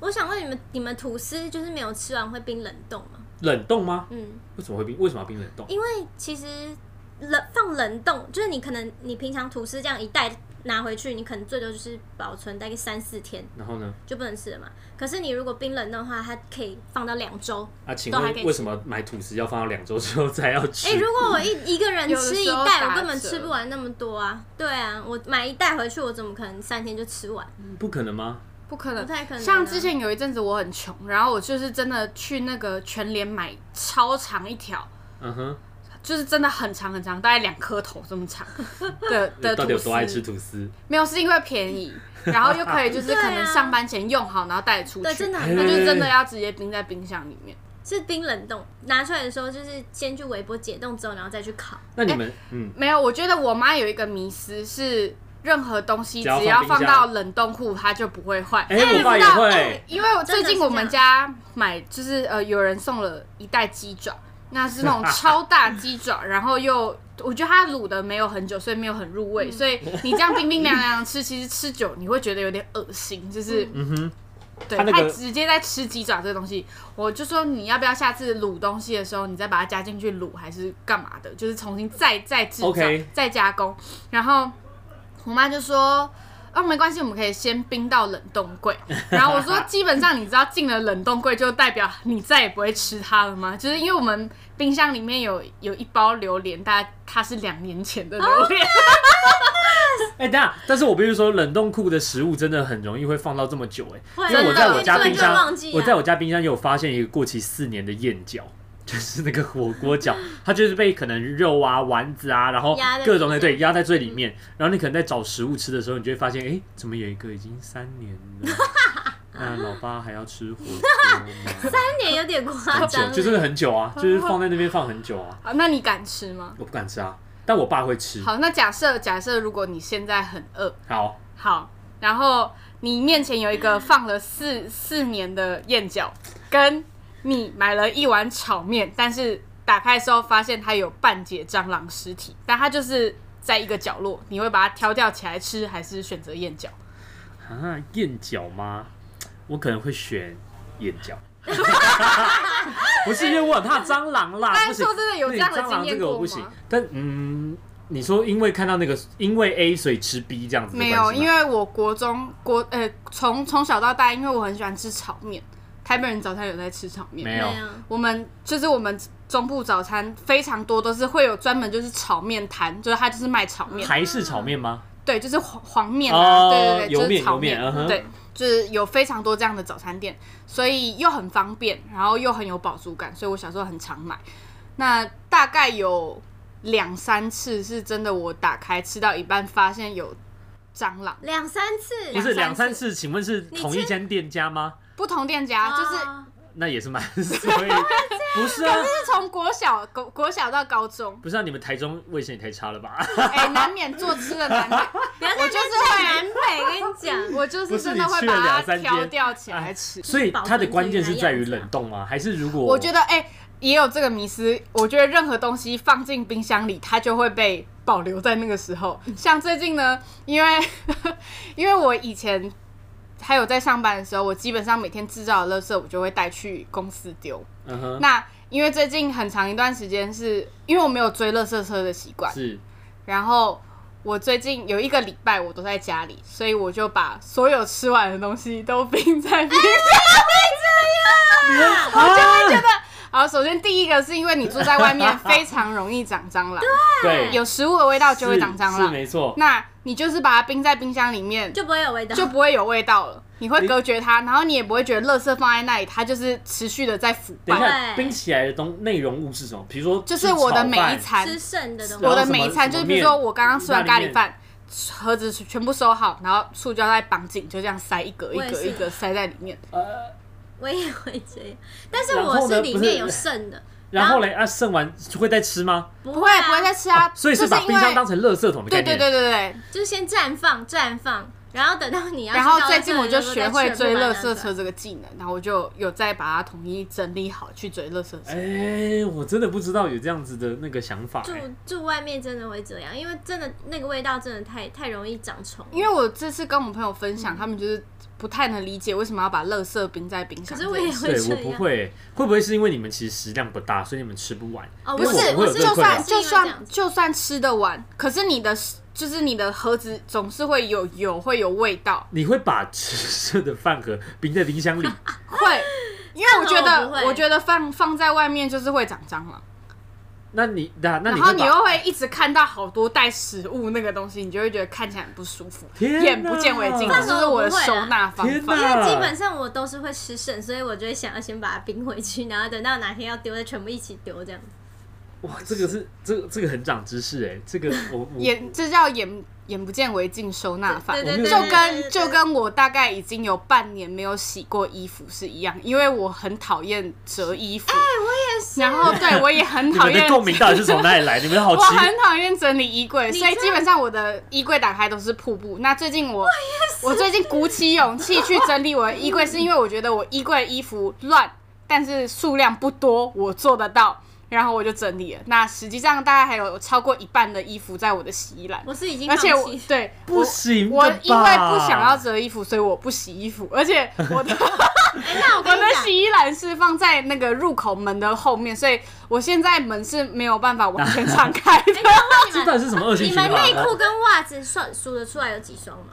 [SPEAKER 2] 我想问你们，你们吐司就是没有吃完会冰冷冻吗？
[SPEAKER 1] 冷冻吗？
[SPEAKER 2] 嗯，
[SPEAKER 1] 为什么会冰？为什么要冰冷冻？
[SPEAKER 2] 因为其实冷放冷冻，就是你可能你平常吐司这样一袋拿回去，你可能最多就是保存大概三四天
[SPEAKER 1] 然后呢？
[SPEAKER 2] 就不能吃了嘛。可是你如果冰冷的话，它可以放到两周。
[SPEAKER 1] 啊，请
[SPEAKER 2] 都还可
[SPEAKER 1] 问
[SPEAKER 2] 以吃
[SPEAKER 1] 为什么买吐司要放到两周之后才要吃？
[SPEAKER 2] 哎、如果我一一个人
[SPEAKER 3] 有的
[SPEAKER 2] 吃一
[SPEAKER 3] 时候
[SPEAKER 2] 袋，
[SPEAKER 3] 打
[SPEAKER 2] 我根本
[SPEAKER 3] 折
[SPEAKER 2] 吃不完那么多啊。对啊，我买一袋回去，我怎么可能三天就吃完？
[SPEAKER 1] 不可能吗？
[SPEAKER 3] 不可能，
[SPEAKER 2] 不太可能啊
[SPEAKER 3] 像之前有一阵子我很穷，然后我就是真的去那个全联买超长一条，
[SPEAKER 1] 嗯哼，
[SPEAKER 3] 就是真的很长很长，大概两颗头这么长 的的
[SPEAKER 1] 到底
[SPEAKER 3] 吐
[SPEAKER 1] 有多爱吃
[SPEAKER 3] 司。
[SPEAKER 1] 吐司？
[SPEAKER 3] 没有，是因为便宜，然后又可以就是
[SPEAKER 2] 对啊
[SPEAKER 3] 可能上班前用好，然后带出去。
[SPEAKER 2] 对，真的很
[SPEAKER 3] 那
[SPEAKER 2] 难
[SPEAKER 3] 就
[SPEAKER 1] 哎
[SPEAKER 3] 是真的要直接冰在冰箱里面。
[SPEAKER 2] 是冰冷冻，拿出来的时候就是先去微波解冻之后，然后再去烤。
[SPEAKER 1] 那你们，嗯，
[SPEAKER 3] 没有，我觉得我妈有一个迷思是，任何东西
[SPEAKER 1] 只要
[SPEAKER 3] 只要
[SPEAKER 1] 放
[SPEAKER 3] 放
[SPEAKER 1] 冰
[SPEAKER 3] 到
[SPEAKER 1] 箱
[SPEAKER 3] 冷冻库它就不会坏。
[SPEAKER 1] 哎、我爸也
[SPEAKER 3] 知道
[SPEAKER 1] 会，
[SPEAKER 2] 哎
[SPEAKER 3] 因为我最近我们家买就是呃，有人送了一袋鸡爪，那是那 种超大鸡爪，然后又我觉得它卤的没有很久，所以没有很入味，所以你这样冰冰凉凉吃，其实吃久你会觉得有点恶心，就是
[SPEAKER 1] 嗯哼，
[SPEAKER 3] 对
[SPEAKER 1] 它那个
[SPEAKER 3] 他直接在吃鸡爪这个东西，我就说你要不要下次卤东西的时候，你再把它加进去卤，还是干嘛的？就是重新再再制造、
[SPEAKER 1] OK
[SPEAKER 3] 再加工。然后我妈就说。哦，没关系，我们可以先冰到冷冻柜。然后我说，基本上你知道进了冷冻柜，就代表你再也不会吃它了吗？就是因为我们冰箱里面有有一包榴莲，大它是两年前的榴莲，
[SPEAKER 1] 哎、等一下，但是我必须说，冷冻库的食物真的很容易会放到这么久、
[SPEAKER 2] 会
[SPEAKER 1] 哎，因为我在我家
[SPEAKER 2] 真的
[SPEAKER 1] 冰箱，
[SPEAKER 2] 会忘记啊
[SPEAKER 1] 我在我家冰箱有发现一个过期四年的燕饺。就是那个火锅饺，它就是被可能肉啊、丸子啊，然后
[SPEAKER 2] 压在
[SPEAKER 1] 各种的
[SPEAKER 2] 里面
[SPEAKER 1] 对压在最里面，然后你可能在找食物吃的时候，你就会发现，哎、怎么有一个已经三年 了？那老爸还要吃火锅吗？
[SPEAKER 2] 三年有点夸
[SPEAKER 1] 很久，
[SPEAKER 2] 张，
[SPEAKER 1] 就真的很久啊，就是放在那边放很久啊，
[SPEAKER 3] 啊那你敢吃吗？
[SPEAKER 1] 我不敢吃啊，但我爸会吃。
[SPEAKER 3] 好，那假设假设如果你现在很饿，
[SPEAKER 1] 好，
[SPEAKER 3] 好，然后你面前有一个放了四四年的燕饺，跟你买了一碗炒面，但是打开的时候发现它有半截蟑螂尸体，但它就是在一个角落，你会把它挑掉起来吃，还是选择燕饺？
[SPEAKER 1] 啊，燕饺吗？我可能会选燕饺。不是因为我很怕蟑螂啦，
[SPEAKER 3] 但
[SPEAKER 1] 不行
[SPEAKER 3] 是哎说真的有这样的
[SPEAKER 1] 那蟑螂
[SPEAKER 3] 经验
[SPEAKER 1] 这个我
[SPEAKER 3] 过
[SPEAKER 1] 不行
[SPEAKER 3] 吗。
[SPEAKER 1] 但嗯，你说因为看到那个，因为 A 所以吃 B 这样子的
[SPEAKER 3] 没
[SPEAKER 1] 关
[SPEAKER 3] 有，
[SPEAKER 1] 系吗
[SPEAKER 3] 因为我国中国呃从从小到大，因为我很喜欢吃炒面，台北人早餐有在吃炒面，
[SPEAKER 1] 没
[SPEAKER 2] 没
[SPEAKER 1] 有
[SPEAKER 2] 有。
[SPEAKER 3] 我们就是我们中部早餐非常多都是会有专门就是炒面摊，就是他就是卖炒面，
[SPEAKER 1] 台式炒面吗？
[SPEAKER 3] 对，就是黄黄面啊，
[SPEAKER 1] 哦
[SPEAKER 3] 对对
[SPEAKER 1] 油
[SPEAKER 3] 对，就
[SPEAKER 1] 面
[SPEAKER 3] 是炒
[SPEAKER 1] 油面嗯哼
[SPEAKER 3] 对，就是有非常多这样的早餐店，所以又很方便，然后又很有饱足感，所以我小时候很常买。那大概有两三次是真的，我打开吃到一半发现有蟑螂，
[SPEAKER 2] 两三次，
[SPEAKER 1] 不是两
[SPEAKER 3] 两三
[SPEAKER 1] 三次，请问是
[SPEAKER 2] 你
[SPEAKER 1] 同一间店家吗？
[SPEAKER 3] 不同店家就是。
[SPEAKER 2] 哦
[SPEAKER 1] 那也是蛮所以不是啊，
[SPEAKER 3] 就是从国小国国小到高中，
[SPEAKER 1] 不是啊，你们台中卫生也太差了吧？
[SPEAKER 3] 哎、难免做吃的难免， 我就是会
[SPEAKER 2] 南北，跟你讲，
[SPEAKER 3] 我就是
[SPEAKER 1] 不是
[SPEAKER 3] 真
[SPEAKER 1] 你
[SPEAKER 3] 的会
[SPEAKER 1] 去了
[SPEAKER 3] 把
[SPEAKER 1] 两
[SPEAKER 3] 它
[SPEAKER 1] 三
[SPEAKER 3] 挑
[SPEAKER 1] 间啊
[SPEAKER 3] 掉起来吃。
[SPEAKER 1] 所以它的关键是在于
[SPEAKER 2] 保存成那样子啊
[SPEAKER 1] 冷冻吗？还是如果
[SPEAKER 3] 我觉得，哎、也有这个迷思。我觉得任何东西放进冰箱里，它就会被保留在那个时候。像最近呢，因为 因为我以前还有在上班的时候，我基本上每天制造的垃圾，我就会带去公司丢。
[SPEAKER 1] 嗯哼
[SPEAKER 3] 那因为最近很长一段时间是因为我没有追垃圾车的习惯，
[SPEAKER 1] 是
[SPEAKER 3] 然后我最近有一个礼拜我都在家里，所以我就把所有吃完的东西都 冰在冰箱。
[SPEAKER 1] 我就会觉得
[SPEAKER 3] 好，首先第一个是因为你住在外面，非常容易长蟑 螂，
[SPEAKER 1] 对
[SPEAKER 3] 有食物的味道哦就会长蟑
[SPEAKER 1] 是是
[SPEAKER 3] 螂。
[SPEAKER 1] 没错。
[SPEAKER 3] 那你就是把它冰在冰箱里面，就
[SPEAKER 2] 就不会有味道，
[SPEAKER 3] 就不会有味道了。你会隔绝它，然后你也不会觉得垃圾放在那里，它就是持续的在腐
[SPEAKER 1] 等一
[SPEAKER 3] 败。
[SPEAKER 1] 下，
[SPEAKER 2] 对
[SPEAKER 1] 冰起来的东内容物是什么？比如说
[SPEAKER 3] 就
[SPEAKER 1] 就是
[SPEAKER 3] 我的每一，餐，
[SPEAKER 2] 吃剩的东
[SPEAKER 1] 然后
[SPEAKER 3] 我
[SPEAKER 2] 西。
[SPEAKER 3] 的
[SPEAKER 1] 什么
[SPEAKER 3] 每一餐，
[SPEAKER 1] 什
[SPEAKER 3] 就
[SPEAKER 1] 么
[SPEAKER 3] 是比如说
[SPEAKER 1] 面
[SPEAKER 3] 我刚刚吃完
[SPEAKER 1] 意大
[SPEAKER 3] 咖
[SPEAKER 1] 利
[SPEAKER 3] 喱饭，盒子全部收好，然后塑胶袋绑紧，就这样塞一格一
[SPEAKER 2] 我也
[SPEAKER 3] 格
[SPEAKER 2] 是
[SPEAKER 3] 一格塞在里面。
[SPEAKER 1] 呃，
[SPEAKER 2] 我也会这样，但是
[SPEAKER 1] 然后呢
[SPEAKER 2] 我是里
[SPEAKER 1] 不是
[SPEAKER 2] 面有剩的，
[SPEAKER 1] 然后嘞啊，剩完会再吃吗？哦
[SPEAKER 2] 不
[SPEAKER 3] 不
[SPEAKER 2] 会
[SPEAKER 3] 会
[SPEAKER 2] 啊
[SPEAKER 3] 不会再吃啊，
[SPEAKER 1] 所以
[SPEAKER 3] 就是
[SPEAKER 1] 把
[SPEAKER 3] 因
[SPEAKER 1] 冰箱
[SPEAKER 3] 为
[SPEAKER 1] 当成垃圾桶的概
[SPEAKER 3] 对
[SPEAKER 1] 念。
[SPEAKER 3] 对对对对，
[SPEAKER 2] 就先绽放绽放，然后等到你要
[SPEAKER 3] 然后
[SPEAKER 2] 去倒垃圾
[SPEAKER 3] 最近我就
[SPEAKER 2] 的时候再
[SPEAKER 3] 学会
[SPEAKER 2] 全部
[SPEAKER 3] 追
[SPEAKER 2] 把它
[SPEAKER 3] 垃
[SPEAKER 2] 拿
[SPEAKER 3] 圾
[SPEAKER 2] 出来
[SPEAKER 3] 车这个技能，然后我就有再把它统一整理好去追垃圾车。
[SPEAKER 1] 哎、我真的不知道有这样子的那个想法、哎
[SPEAKER 2] 住住外面真的会这样，因为真的那个味道真的太太容易长虫。嗯
[SPEAKER 3] 因为我这次跟我朋友分享，他们就是不太能理解为什么要把垃圾冰在冰箱
[SPEAKER 2] 可
[SPEAKER 3] 这
[SPEAKER 2] 是
[SPEAKER 3] 件事。
[SPEAKER 2] 我也会
[SPEAKER 1] 对
[SPEAKER 2] 这
[SPEAKER 1] 我不
[SPEAKER 2] 样。
[SPEAKER 1] 会，会不会是因为你们其实食量不大，所以你们吃不完？
[SPEAKER 2] 哦，
[SPEAKER 1] 因为
[SPEAKER 3] 不
[SPEAKER 1] 我
[SPEAKER 3] 是，
[SPEAKER 1] 会有
[SPEAKER 2] 我是
[SPEAKER 1] 这个
[SPEAKER 3] 就
[SPEAKER 1] 困扰
[SPEAKER 3] 算就算就算吃得完，可是你的就是你的盒子总是会有有会有味道，
[SPEAKER 1] 你会把吃剩的饭盒冰在冰 箱里？
[SPEAKER 3] 会，因为我觉
[SPEAKER 2] 饭盒
[SPEAKER 3] 得
[SPEAKER 2] 我不会
[SPEAKER 3] 我觉得放放在外面就是会长蟑螂，
[SPEAKER 1] 那你那那
[SPEAKER 3] 然
[SPEAKER 1] 你
[SPEAKER 3] 后
[SPEAKER 1] 会
[SPEAKER 3] 你
[SPEAKER 1] 把
[SPEAKER 3] 又会一直看到好多袋食物那个东西，你就会觉得看起来很不舒服，
[SPEAKER 1] 天
[SPEAKER 3] 眼
[SPEAKER 1] 哪
[SPEAKER 3] 不见为净，这
[SPEAKER 2] 饭盒
[SPEAKER 3] 就是我的
[SPEAKER 2] 我不会啊
[SPEAKER 3] 收纳方
[SPEAKER 1] 天
[SPEAKER 3] 法。
[SPEAKER 1] 哪
[SPEAKER 2] 因为基本上我都是会吃剩，所以我就会想要先把它冰回去，然后等到哪天要丢的全部一起丢这样。
[SPEAKER 1] 哇，这个是这个这个很长知识哎，这个我我
[SPEAKER 3] 眼这叫眼眼不见为净收纳法，
[SPEAKER 2] 对对
[SPEAKER 1] 我没
[SPEAKER 2] 对，
[SPEAKER 1] 有
[SPEAKER 3] 就
[SPEAKER 2] 对
[SPEAKER 3] 跟就跟我大概已经有半年没有洗过衣服是一样，因为我很讨厌折 衣服。哎、我也是。然后对我也很
[SPEAKER 1] 你
[SPEAKER 3] 讨
[SPEAKER 1] 们的
[SPEAKER 3] 厌，
[SPEAKER 1] 共鸣到底是从哪里来？你们好
[SPEAKER 3] 我
[SPEAKER 1] 奇
[SPEAKER 3] 很讨厌整理衣柜，
[SPEAKER 2] 你
[SPEAKER 3] 所以
[SPEAKER 2] 这
[SPEAKER 3] 基本上我的衣柜打开都是瀑布。那最近我我最近鼓起勇气去整理我的衣柜，是因为我觉得我衣柜的衣服乱，但是数量不多，我做得到。然后我就整理了，那实际上大概还有超过一半的衣服在我的洗衣篮，
[SPEAKER 2] 我是已经
[SPEAKER 3] 而
[SPEAKER 2] 放
[SPEAKER 3] 且我
[SPEAKER 2] 弃。
[SPEAKER 3] 对
[SPEAKER 1] 不
[SPEAKER 3] 我
[SPEAKER 1] 行
[SPEAKER 3] 我
[SPEAKER 1] 的
[SPEAKER 3] 因为
[SPEAKER 1] 吧
[SPEAKER 3] 不想要折衣服，所以我不洗衣服，而且我 的
[SPEAKER 2] 哎，那我
[SPEAKER 3] 我
[SPEAKER 2] 跟你
[SPEAKER 3] 的
[SPEAKER 2] 讲，
[SPEAKER 3] 洗衣篮是放在那个入口门的后面，所以我现在门是没有办法完全敞开的。
[SPEAKER 2] 那
[SPEAKER 1] 这
[SPEAKER 2] 你
[SPEAKER 1] 到
[SPEAKER 2] 们
[SPEAKER 1] 底是什么啊恶性
[SPEAKER 2] 你
[SPEAKER 1] 循
[SPEAKER 2] 们
[SPEAKER 1] 环？
[SPEAKER 2] 内裤跟袜子算数得出来有几双吗？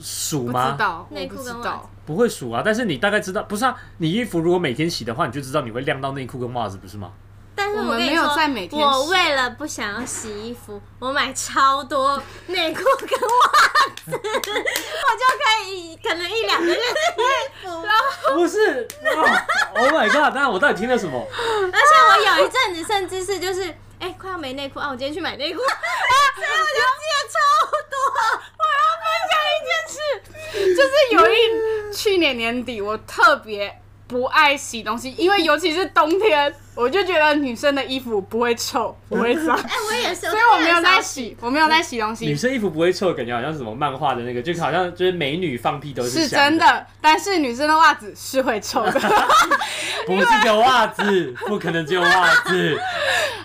[SPEAKER 1] 数
[SPEAKER 3] 不
[SPEAKER 1] 吗？
[SPEAKER 3] 知道，
[SPEAKER 2] 内裤
[SPEAKER 3] 我不知
[SPEAKER 2] 跟袜
[SPEAKER 3] 道。
[SPEAKER 1] 不会数啊，但是你大概知道，不是啊？你衣服如果每天洗的话，你就知道你会晾到内裤跟袜子，不是吗？
[SPEAKER 2] 但是
[SPEAKER 3] 我
[SPEAKER 2] 跟
[SPEAKER 3] 们
[SPEAKER 2] 你
[SPEAKER 3] 没有
[SPEAKER 2] 说
[SPEAKER 3] 在每天洗啊
[SPEAKER 2] 我为了不想要洗衣服，我买超多内裤跟袜子，我就可以可能一两个月的衣服。 而
[SPEAKER 1] 不是、哇 o h my god！那我到底听了什么？
[SPEAKER 2] 且我有一阵子甚至是就是，哎、快要没内裤啊，我今天去买内裤，所以我就借超多。
[SPEAKER 3] 就是有一去年年底，我特别不爱洗东西，因为尤其是冬天，我就觉得女生的衣服不会臭，不 会脏，所
[SPEAKER 2] 哎、我也是，
[SPEAKER 3] 以我没有 在洗，我没有在洗东
[SPEAKER 1] 女
[SPEAKER 3] 西。
[SPEAKER 1] 生衣服不会臭，感觉好像是什么漫画的那个，就好像就是美女放屁都
[SPEAKER 3] 是
[SPEAKER 1] 香
[SPEAKER 3] 真，的，但是女生的袜子是会臭 的。
[SPEAKER 1] 不是只有袜子，不可能只有袜子。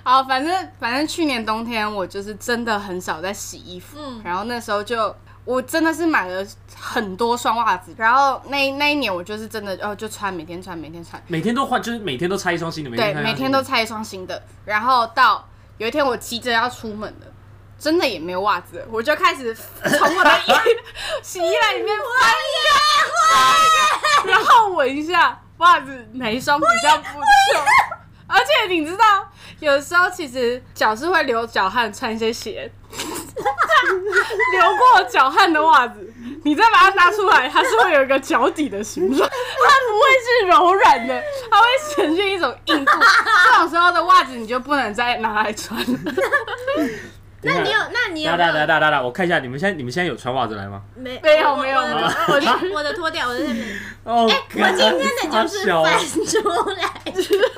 [SPEAKER 3] 好，反正反正去年冬天我就是真的很少在洗衣服，
[SPEAKER 2] 嗯
[SPEAKER 3] 然后那时候就我真的是买了很多双袜子，然后那那一年我就是真的哦就穿每天穿每天穿，
[SPEAKER 1] 每天都换，就是每天都拆一双新的，每
[SPEAKER 3] 对，
[SPEAKER 1] 天
[SPEAKER 3] 每天
[SPEAKER 1] 天
[SPEAKER 3] 都拆一双新的，然后到有一天我急着要出门了。真的也没有袜子了，我就 开始从我的衣 洗衣篮里面翻呀，然后闻一下袜子哪一双比较不臭。而且你知道，有时候其实脚是会流脚汗，穿一些鞋，流过脚汗的袜子，你再把它拿出来，它是会有一个脚底的形状，它不会是柔软的，它会呈现一种硬度。这种时候的袜子你就不能再拿来穿了。
[SPEAKER 2] 那你有？那你有
[SPEAKER 1] 哒哒
[SPEAKER 2] 没
[SPEAKER 1] 哒
[SPEAKER 2] 有？
[SPEAKER 1] 哒哒哒！我看一下，你们现在你们现在有穿袜子来吗？
[SPEAKER 2] 没
[SPEAKER 3] 没有
[SPEAKER 2] 我
[SPEAKER 3] 没有
[SPEAKER 2] 我的
[SPEAKER 3] 没有
[SPEAKER 2] 我的我的脱掉，我的没。
[SPEAKER 1] 哦，
[SPEAKER 2] 哎、我今天的就是
[SPEAKER 1] 小哦
[SPEAKER 2] 翻出来。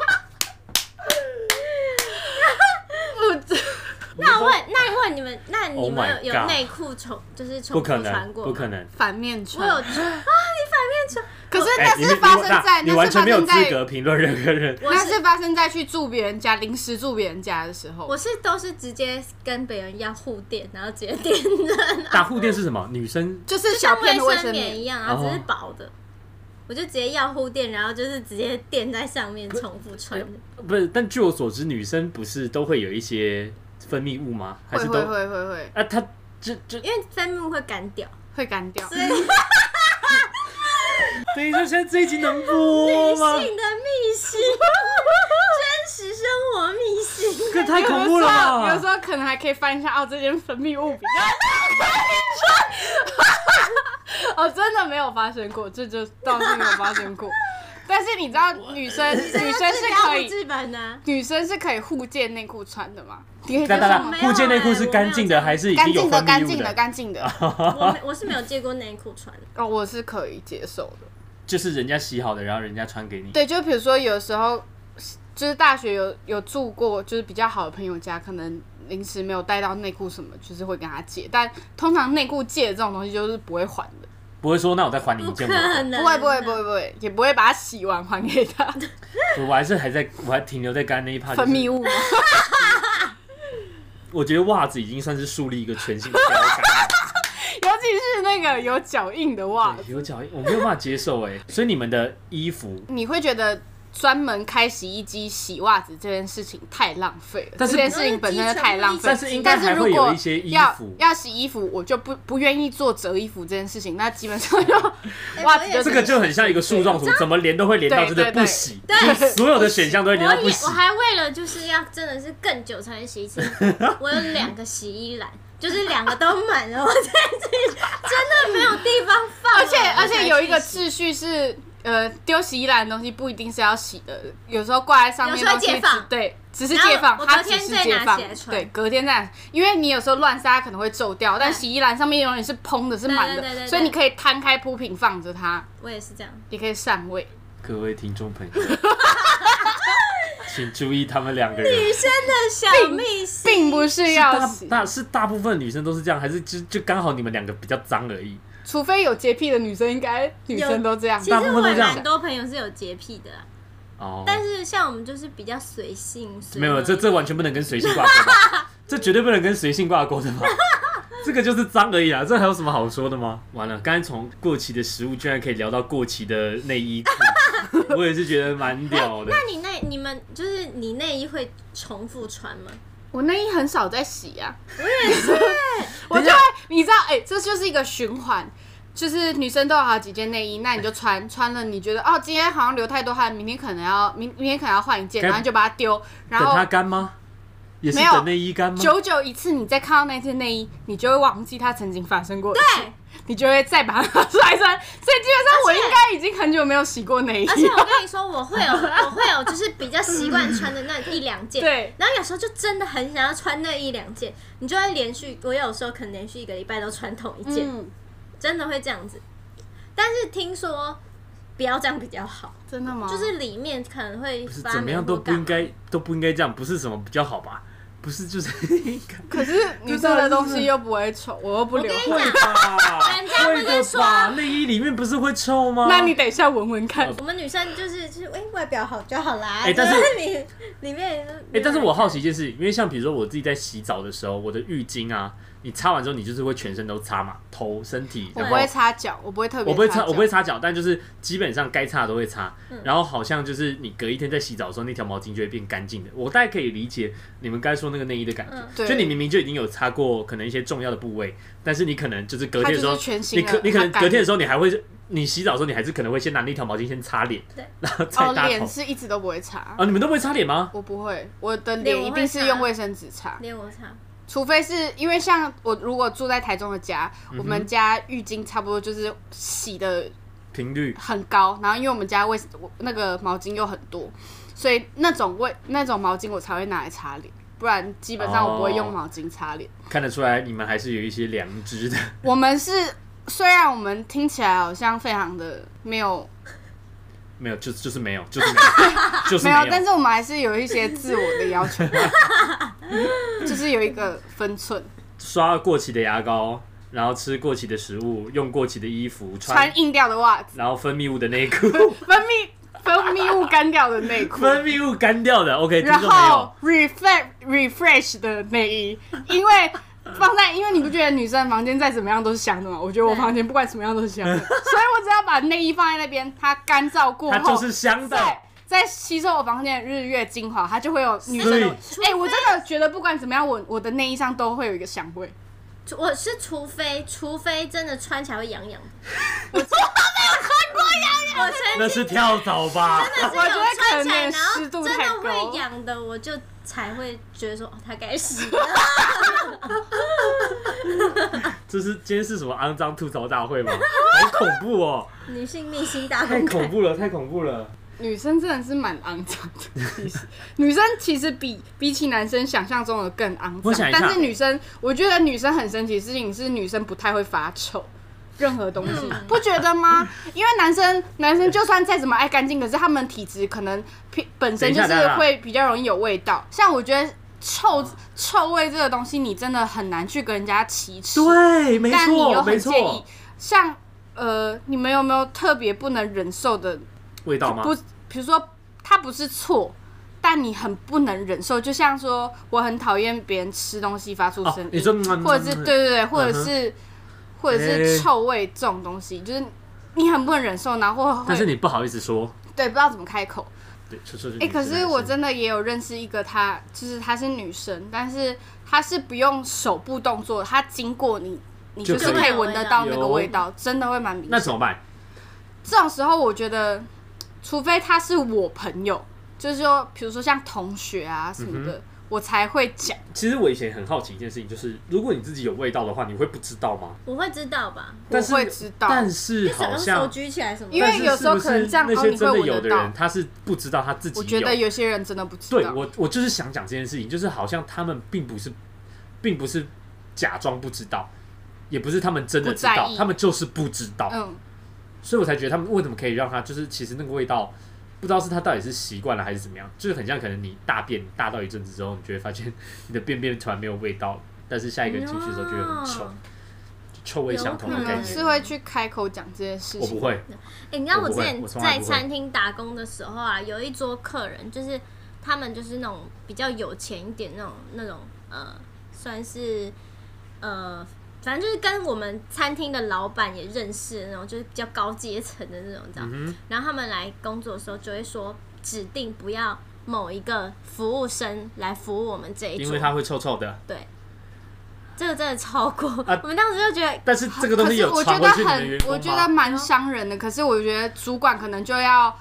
[SPEAKER 2] 那我问，那问你们，那你
[SPEAKER 1] Oh
[SPEAKER 2] 们
[SPEAKER 1] my
[SPEAKER 2] 有有
[SPEAKER 1] God
[SPEAKER 2] 内裤重就是
[SPEAKER 1] 不
[SPEAKER 2] 重复
[SPEAKER 1] 可
[SPEAKER 2] 穿
[SPEAKER 1] 能，
[SPEAKER 2] 过？
[SPEAKER 1] 不可。能。
[SPEAKER 3] 反面
[SPEAKER 2] 我 有
[SPEAKER 3] 穿，
[SPEAKER 2] 穿，
[SPEAKER 3] 可是
[SPEAKER 1] 哎
[SPEAKER 3] 那
[SPEAKER 1] 你你
[SPEAKER 3] 是发生在，
[SPEAKER 1] 你完
[SPEAKER 3] 那是
[SPEAKER 1] 全
[SPEAKER 3] 发
[SPEAKER 1] 没有
[SPEAKER 3] 生
[SPEAKER 1] 资
[SPEAKER 3] 在，
[SPEAKER 1] 格评论任何人。
[SPEAKER 2] 我
[SPEAKER 3] 那
[SPEAKER 2] 是
[SPEAKER 3] 是发生在去住别人家，临时住别人家的时候
[SPEAKER 2] 我。是都是直接跟别人要互垫，然后直接垫
[SPEAKER 3] 嗯
[SPEAKER 2] 着，
[SPEAKER 1] 打护垫是什么？女生
[SPEAKER 3] 就是
[SPEAKER 2] 就
[SPEAKER 3] 小
[SPEAKER 2] 像
[SPEAKER 3] 片的卫
[SPEAKER 2] 生
[SPEAKER 3] 生
[SPEAKER 2] 棉
[SPEAKER 3] 棉
[SPEAKER 2] 一，样啊，
[SPEAKER 1] 哦
[SPEAKER 2] 只是薄的。我就直接要护垫，然后就是直接垫在上面重复 穿的。
[SPEAKER 1] 不是，但据我所知，女生不是都会有一些分泌物吗？还
[SPEAKER 3] 会
[SPEAKER 1] 是都
[SPEAKER 3] 会会会会
[SPEAKER 1] 啊？她这这，
[SPEAKER 2] 因为分泌物会干掉，
[SPEAKER 3] 会干掉。
[SPEAKER 2] 所以
[SPEAKER 1] 等一下，现在这一集能 播吗？
[SPEAKER 2] 性的密 室，真实生活密室。
[SPEAKER 1] 这太恐怖了
[SPEAKER 3] 有时
[SPEAKER 1] 吧！
[SPEAKER 3] 候可能还可以翻一下哦，这件分泌物比较哦，真的没有发生过，这就倒是没有发生过。但是你知道，女生女生是可以，
[SPEAKER 2] 治本啊呢，
[SPEAKER 3] 女生是可以互借内裤穿的嘛？你可以
[SPEAKER 1] 哒哒
[SPEAKER 2] 我
[SPEAKER 1] 哒，
[SPEAKER 2] 没有
[SPEAKER 1] 护垫内
[SPEAKER 3] 欸
[SPEAKER 1] 裤是干净的
[SPEAKER 2] 哎
[SPEAKER 1] 还是已
[SPEAKER 3] 干
[SPEAKER 1] 经有
[SPEAKER 3] 净的，
[SPEAKER 1] 分
[SPEAKER 3] 干
[SPEAKER 1] 泌物
[SPEAKER 3] 净的，？干净的。
[SPEAKER 2] 我没我是没有借过内裤穿的，
[SPEAKER 3] 哦，我是可以接受的。
[SPEAKER 1] 就是人家洗好的，然后人家穿给你。
[SPEAKER 3] 对，就比如说有时候，就是大学有有住过，就是比较好的朋友家，可能临时没有带到内裤什么，就是会跟他借。但通常内裤借的这种东西就是不会还的，
[SPEAKER 1] 不会说，那我再 还你一
[SPEAKER 2] 不可
[SPEAKER 1] 件吧。
[SPEAKER 2] 能，
[SPEAKER 3] 不会不会不
[SPEAKER 2] 嗯
[SPEAKER 3] 会，不会，也不会把它洗完还给他。
[SPEAKER 1] 我我还是还在，我还停留在刚刚那一趴。
[SPEAKER 3] 分泌
[SPEAKER 1] 物，
[SPEAKER 3] 物吗，
[SPEAKER 1] 我觉得袜子已经算是树立一个全新的标杆了。
[SPEAKER 3] 尤竟是那个有脚印的袜子，
[SPEAKER 1] 对有脚印，我没有办法接受哎。所以你们的衣服，
[SPEAKER 3] 你会觉得。专门开洗衣机洗袜子这件事情太浪费了，
[SPEAKER 1] 但是
[SPEAKER 3] 这件事情本身就太浪费了。
[SPEAKER 1] 但是应该
[SPEAKER 3] 但是
[SPEAKER 1] 还
[SPEAKER 3] 如
[SPEAKER 1] 会有
[SPEAKER 3] 果
[SPEAKER 1] 一些衣
[SPEAKER 3] 要
[SPEAKER 1] 服，
[SPEAKER 3] 要洗衣服，我就不不愿意做折衣服这件事情，那基本上就袜子就
[SPEAKER 1] 这个就很像一个树状图，怎么连都会连到
[SPEAKER 3] 对
[SPEAKER 1] 真的
[SPEAKER 3] 对对
[SPEAKER 1] 不洗，所有的选项都会连
[SPEAKER 2] 我
[SPEAKER 1] 到不
[SPEAKER 2] 也
[SPEAKER 1] 洗
[SPEAKER 2] 我。还为了就是要真的是更久才能洗一次，我有两个洗衣篮，就是两个都满了，我在这里真的没有地方放了。
[SPEAKER 3] 而且而
[SPEAKER 2] 我才
[SPEAKER 3] 且
[SPEAKER 2] 去
[SPEAKER 3] 有一个
[SPEAKER 2] 洗
[SPEAKER 3] 秩序是，呃，丢洗衣篮的东西不一定是要洗的，有时候挂在上面
[SPEAKER 2] 有时候
[SPEAKER 3] 东西
[SPEAKER 2] 解放
[SPEAKER 3] 只对，只是
[SPEAKER 2] 然后
[SPEAKER 3] 解放，
[SPEAKER 2] 我
[SPEAKER 3] 它
[SPEAKER 2] 隔
[SPEAKER 3] 只
[SPEAKER 2] 天
[SPEAKER 3] 是
[SPEAKER 2] 再
[SPEAKER 3] 解
[SPEAKER 2] 拿
[SPEAKER 3] 放
[SPEAKER 2] 起来，穿
[SPEAKER 3] 对，隔天再拿，因为你有时候乱塞它可能会皱掉，但
[SPEAKER 2] 嗯
[SPEAKER 3] 洗衣篮上面永远是蓬的，是
[SPEAKER 2] 对
[SPEAKER 3] 满
[SPEAKER 2] 对对
[SPEAKER 3] 的，
[SPEAKER 2] 对
[SPEAKER 3] 所以
[SPEAKER 2] 对
[SPEAKER 3] 你可以摊开铺平放着它，
[SPEAKER 2] 我也是这样，
[SPEAKER 3] 也可以散位。
[SPEAKER 1] 各位听众朋友，请注意他们两个人。
[SPEAKER 2] 女生的小秘辛，
[SPEAKER 3] 并不是
[SPEAKER 1] 是
[SPEAKER 3] 要
[SPEAKER 1] 大
[SPEAKER 3] 洗，
[SPEAKER 1] 大是大部分女生都是这样，还是就就刚好你们两个比较脏而已？
[SPEAKER 3] 除非有洁癖的女生，应该女
[SPEAKER 2] 有
[SPEAKER 3] 生都这样
[SPEAKER 2] 其。实
[SPEAKER 1] 大部
[SPEAKER 2] 我
[SPEAKER 1] 分都
[SPEAKER 2] 有
[SPEAKER 1] 这样
[SPEAKER 2] 蛮多朋友是有洁癖的啦，
[SPEAKER 1] 哦，
[SPEAKER 2] 但是像我们就是比较随性，随
[SPEAKER 1] 没有，
[SPEAKER 2] 和
[SPEAKER 1] 这这完全不能跟随性挂钩 吧，这绝对不能跟随性挂钩的吧？这个就是脏而已啊，这还有什么好说的吗？完了，刚才从过期的食物居然可以聊到过期的内衣裤， 我也是觉得蛮屌的。
[SPEAKER 2] 那你内你们就是你内衣会重复穿吗？
[SPEAKER 3] 我内衣很少在洗啊， 我
[SPEAKER 1] 等
[SPEAKER 3] 也
[SPEAKER 1] 一
[SPEAKER 3] 是，我就
[SPEAKER 1] 下
[SPEAKER 3] 会你知道，哎、这就是一个循环。就是女生都有好几件内衣，那你就穿穿了，你觉得哦，今天好像流太多汗，明天可能要明明天可能要换一件，
[SPEAKER 1] 该
[SPEAKER 3] 然后你就把它丢，然
[SPEAKER 1] 等
[SPEAKER 3] 后
[SPEAKER 1] 它干吗？也是
[SPEAKER 3] 没有
[SPEAKER 1] 等内衣干吗？
[SPEAKER 3] 久久一次，你再看到那件内衣，你就会忘记它曾经发生过的事，
[SPEAKER 2] 对
[SPEAKER 3] 你就会再把它拿出来穿。所以基本上我应该已经很久没有洗过内衣
[SPEAKER 2] 而，且我跟你说，我会有，我会有，就是比较习惯穿的那一两件。
[SPEAKER 3] 对
[SPEAKER 2] 然后有时候就真的很想要穿那一两件，你就会连续，我有时候可能连续一个礼拜都穿同一件，
[SPEAKER 3] 嗯，
[SPEAKER 2] 真的会这样子。但是听说不要这样比较好，
[SPEAKER 3] 真的吗？
[SPEAKER 2] 就是里面可能会
[SPEAKER 1] 不是
[SPEAKER 2] 发
[SPEAKER 1] 怎么
[SPEAKER 2] 霉
[SPEAKER 1] 样
[SPEAKER 2] 或
[SPEAKER 1] 都不
[SPEAKER 2] 干
[SPEAKER 1] 应
[SPEAKER 2] 嘛。
[SPEAKER 1] 该都不应该这样，不是什么比较好吧？不是就是应该
[SPEAKER 3] 可是女生的东西又不会丑，我又不流
[SPEAKER 2] 我跟你
[SPEAKER 1] 会
[SPEAKER 3] 汗，
[SPEAKER 1] 吧？
[SPEAKER 2] 人家不
[SPEAKER 1] 会
[SPEAKER 2] 是
[SPEAKER 1] 的
[SPEAKER 2] 说
[SPEAKER 1] 吧？内衣里面不是会臭吗？
[SPEAKER 3] 那你等一下闻闻看。
[SPEAKER 2] 我们女生就是就是，哎、外表好就好啦。
[SPEAKER 1] 哎但是
[SPEAKER 2] 就是里里面，
[SPEAKER 1] 哎、但是
[SPEAKER 2] 啊
[SPEAKER 1] 我好奇一件事，因为像比如说我自己在洗澡的时候，我的浴巾啊，你擦完之后，你就是会全身都擦嘛，头、身体，
[SPEAKER 3] 我
[SPEAKER 1] 然
[SPEAKER 3] 不
[SPEAKER 1] 后
[SPEAKER 3] 会擦脚，我不会特别。
[SPEAKER 1] 我不会擦，我不会。擦脚，但就是基本上该擦的都会擦。
[SPEAKER 2] 嗯
[SPEAKER 1] 然后好像就是你隔一天在洗澡的时候，那条毛巾就会变干净的。我大概可以理解你们刚才说那个内衣的感觉，
[SPEAKER 2] 嗯
[SPEAKER 3] 对
[SPEAKER 1] 就你明明就已经有擦过可能一些重要的部位，但是你可能就是隔天的时候，
[SPEAKER 3] 它就是全新
[SPEAKER 1] 你
[SPEAKER 3] 的
[SPEAKER 1] 可你可能
[SPEAKER 3] 它干
[SPEAKER 1] 隔天的时候你还会，你洗澡的时候你还是可能会先拿那条毛巾先擦脸，
[SPEAKER 2] 对
[SPEAKER 1] 然后再
[SPEAKER 3] 哦，
[SPEAKER 1] 搭头
[SPEAKER 3] 脸。是一直都不会擦，
[SPEAKER 1] 啊，你们都不会擦脸吗？
[SPEAKER 3] 我不会，我的
[SPEAKER 2] 脸
[SPEAKER 3] 脸
[SPEAKER 2] 我
[SPEAKER 3] 一
[SPEAKER 2] 会
[SPEAKER 3] 定是
[SPEAKER 2] 擦
[SPEAKER 3] 用卫生纸擦，
[SPEAKER 2] 连我擦，
[SPEAKER 3] 除非是因为像我如果住在台中的家，
[SPEAKER 1] 嗯
[SPEAKER 3] 我们家浴巾差不多就是洗的
[SPEAKER 1] 频率
[SPEAKER 3] 很高，然后因为我们家卫我那个毛巾又很多，所以那种卫那种毛巾我才会拿来擦脸，不然基本上我不会用
[SPEAKER 1] 哦
[SPEAKER 3] 毛巾擦脸。
[SPEAKER 1] 看得出来，你们还是有一些良知的。
[SPEAKER 3] 我们是虽然我们听起来好像非常的没有
[SPEAKER 1] 没有，就就是 没有，就是没有，就是
[SPEAKER 3] 没
[SPEAKER 1] 有
[SPEAKER 3] 有，。但是我们还是有一些自我的 要求，就是有一个分寸，
[SPEAKER 1] 刷过期的牙膏，然后吃过期的食物，用过期的衣服穿
[SPEAKER 3] 穿，硬掉的袜子，
[SPEAKER 1] 然后分泌物的内裤，
[SPEAKER 3] 分泌分泌物干掉的内裤。
[SPEAKER 1] 分泌物干掉的。OK，听
[SPEAKER 3] 然
[SPEAKER 1] 众没有
[SPEAKER 3] 后。refresh refresh 的内衣，因为放在，因为你不觉得女生房间再怎么样都是香的吗？我觉得我
[SPEAKER 2] 对
[SPEAKER 3] 房间不管怎么样都是香的，所以我只要把内衣放在那边，它干燥过
[SPEAKER 1] 它
[SPEAKER 3] 后，
[SPEAKER 1] 就是香的，
[SPEAKER 3] 对，在吸收我房间的日月精华，它就会有女生
[SPEAKER 1] 所以
[SPEAKER 3] 的。哎、我真的觉得不管怎么样，我我的内衣上都会有一个香味。
[SPEAKER 2] 除我是除非除非真的穿起来会痒 痒的，我我没
[SPEAKER 1] 那
[SPEAKER 2] 有
[SPEAKER 1] 是跳蚤吧？
[SPEAKER 2] 穿过痒痒，我真的是有穿起来，
[SPEAKER 3] 我觉得可能
[SPEAKER 2] 然后
[SPEAKER 3] 湿度
[SPEAKER 2] 真
[SPEAKER 3] 太
[SPEAKER 2] 的
[SPEAKER 3] 高
[SPEAKER 2] 会痒的，我就才会觉得说哦，它该 洗了。
[SPEAKER 1] 这是今天是什么肮脏吐槽大 会吗？好恐怖哦！
[SPEAKER 2] 女性秘辛大
[SPEAKER 1] 太
[SPEAKER 2] 公
[SPEAKER 1] 恐
[SPEAKER 2] 开，
[SPEAKER 1] 怖了，太恐怖了。
[SPEAKER 3] 女生真的是蛮肮脏的，其实 女生其实比比起男生想象中的更肮
[SPEAKER 1] 我想
[SPEAKER 3] 脏
[SPEAKER 1] 一，下
[SPEAKER 3] 但是女生，我觉得女生很神奇的事情是女生不太会发臭。任何东西、
[SPEAKER 2] 嗯
[SPEAKER 3] 不觉得吗？因为男生男生就算再怎么爱干净，可是他们体质可能偏本身就
[SPEAKER 1] 等一下
[SPEAKER 3] 是
[SPEAKER 1] 等一下
[SPEAKER 3] 会比较容易有味道。像我觉得臭臭味这个东西，你真的很难去跟人家启齿。
[SPEAKER 1] 对，没
[SPEAKER 3] 但你又
[SPEAKER 1] 错，
[SPEAKER 3] 很
[SPEAKER 1] 没
[SPEAKER 3] 介意
[SPEAKER 1] 错，。
[SPEAKER 3] 像呃，你们有没有特别不能忍受的
[SPEAKER 1] 味道吗？
[SPEAKER 3] 不，比如说它不是错，但你很不能忍受。就像说，我很讨厌别人吃东西发出声
[SPEAKER 1] 哦
[SPEAKER 3] 音，，
[SPEAKER 1] 你说，嗯
[SPEAKER 3] 或者是对，对对，或者
[SPEAKER 1] 嗯哼
[SPEAKER 3] 是、或者
[SPEAKER 1] 哎
[SPEAKER 3] 是臭味这种东西，就是你很不能忍受，然后
[SPEAKER 1] 嗯但是
[SPEAKER 3] 会
[SPEAKER 1] 你不好意思说，
[SPEAKER 3] 对不知道怎么开口。
[SPEAKER 1] 对，说出去。
[SPEAKER 3] 哎、可是我
[SPEAKER 1] 真
[SPEAKER 3] 真的也有认识一个她，就是她是女生，但是她是不用手部动作，她经过你，你
[SPEAKER 1] 就
[SPEAKER 3] 就是
[SPEAKER 1] 可以
[SPEAKER 3] 可以闻得到那个
[SPEAKER 1] 有
[SPEAKER 3] 味道，真的会蛮明
[SPEAKER 1] 那
[SPEAKER 3] 显。
[SPEAKER 1] 怎么办？
[SPEAKER 3] 这种时候，我觉得，除非她是我朋友，就是说，比如说像同学啊什
[SPEAKER 1] 嗯
[SPEAKER 3] 么的，我才会讲。
[SPEAKER 1] 其实我以前很好奇一件事情，就是如果你自己有味道的话，你会不知道吗？
[SPEAKER 2] 我会知道吧？
[SPEAKER 1] 但是
[SPEAKER 3] 我会知道
[SPEAKER 1] 但
[SPEAKER 2] 就是手
[SPEAKER 1] 好
[SPEAKER 2] 用手
[SPEAKER 1] 像
[SPEAKER 2] 举起来什么的，
[SPEAKER 3] 因为
[SPEAKER 1] 但是
[SPEAKER 3] 有时候
[SPEAKER 1] 是不是
[SPEAKER 3] 可能这样
[SPEAKER 1] 那
[SPEAKER 3] 哦
[SPEAKER 1] 些
[SPEAKER 3] 你
[SPEAKER 1] 真
[SPEAKER 3] 会
[SPEAKER 1] 的
[SPEAKER 3] 闻
[SPEAKER 1] 有
[SPEAKER 3] 得
[SPEAKER 1] 的
[SPEAKER 3] 到
[SPEAKER 1] 人他是不知道他自己
[SPEAKER 3] 我觉得有些人真的不知
[SPEAKER 1] 对
[SPEAKER 3] 道。
[SPEAKER 1] 我，我就是想讲这件事情，就是好像他们并不是，并不是假装不知道，也不是他们真的知
[SPEAKER 3] 不
[SPEAKER 1] 道
[SPEAKER 3] 在，意
[SPEAKER 1] 他们就是不知道，
[SPEAKER 3] 嗯，
[SPEAKER 1] 所以我才觉得他们为什么可以让他就是其实那个味道，不知道是他到底是习惯了还是怎么样，就是很像可能你大便大到一阵子之后，你就会发现 你的便便突然没有味道了，但是下一个人进去的时候就会很臭
[SPEAKER 2] 哦，
[SPEAKER 1] 就臭味相同
[SPEAKER 3] 可
[SPEAKER 1] 的概
[SPEAKER 2] 嗯
[SPEAKER 3] 能
[SPEAKER 1] 念。
[SPEAKER 3] 是会去开口讲这件事
[SPEAKER 1] 我不
[SPEAKER 3] 情。
[SPEAKER 1] 会，
[SPEAKER 2] 欸你知道
[SPEAKER 1] 我
[SPEAKER 2] 我
[SPEAKER 1] 不
[SPEAKER 2] 之
[SPEAKER 1] 会
[SPEAKER 2] 前
[SPEAKER 1] 我从来
[SPEAKER 2] 在
[SPEAKER 1] 不会
[SPEAKER 2] 餐厅打工的时候啊，有一桌客人，就是他们就是那种比较有钱一点那种那种呃，算是呃，反正就是跟我们餐厅的老板也认识的那种，就是比较高阶层的那种，你知道。
[SPEAKER 1] 嗯
[SPEAKER 2] 然后他们来工作的时候，就会说指定不要某一个服务生来服务我们这
[SPEAKER 1] 哼，
[SPEAKER 2] 一桌，
[SPEAKER 1] 因为它会臭臭的，
[SPEAKER 2] 对。这个真的超过，
[SPEAKER 1] 啊
[SPEAKER 2] 我们当时就觉得
[SPEAKER 1] 但是这个东
[SPEAKER 3] 可
[SPEAKER 1] 西
[SPEAKER 3] 是
[SPEAKER 1] 有
[SPEAKER 3] 我觉
[SPEAKER 1] 传
[SPEAKER 3] 得
[SPEAKER 1] 回去你的
[SPEAKER 3] 很
[SPEAKER 1] 员，
[SPEAKER 3] 我
[SPEAKER 1] 工
[SPEAKER 3] 觉
[SPEAKER 1] 吗？
[SPEAKER 3] 得蛮伤人的。可是我觉得主管可能就要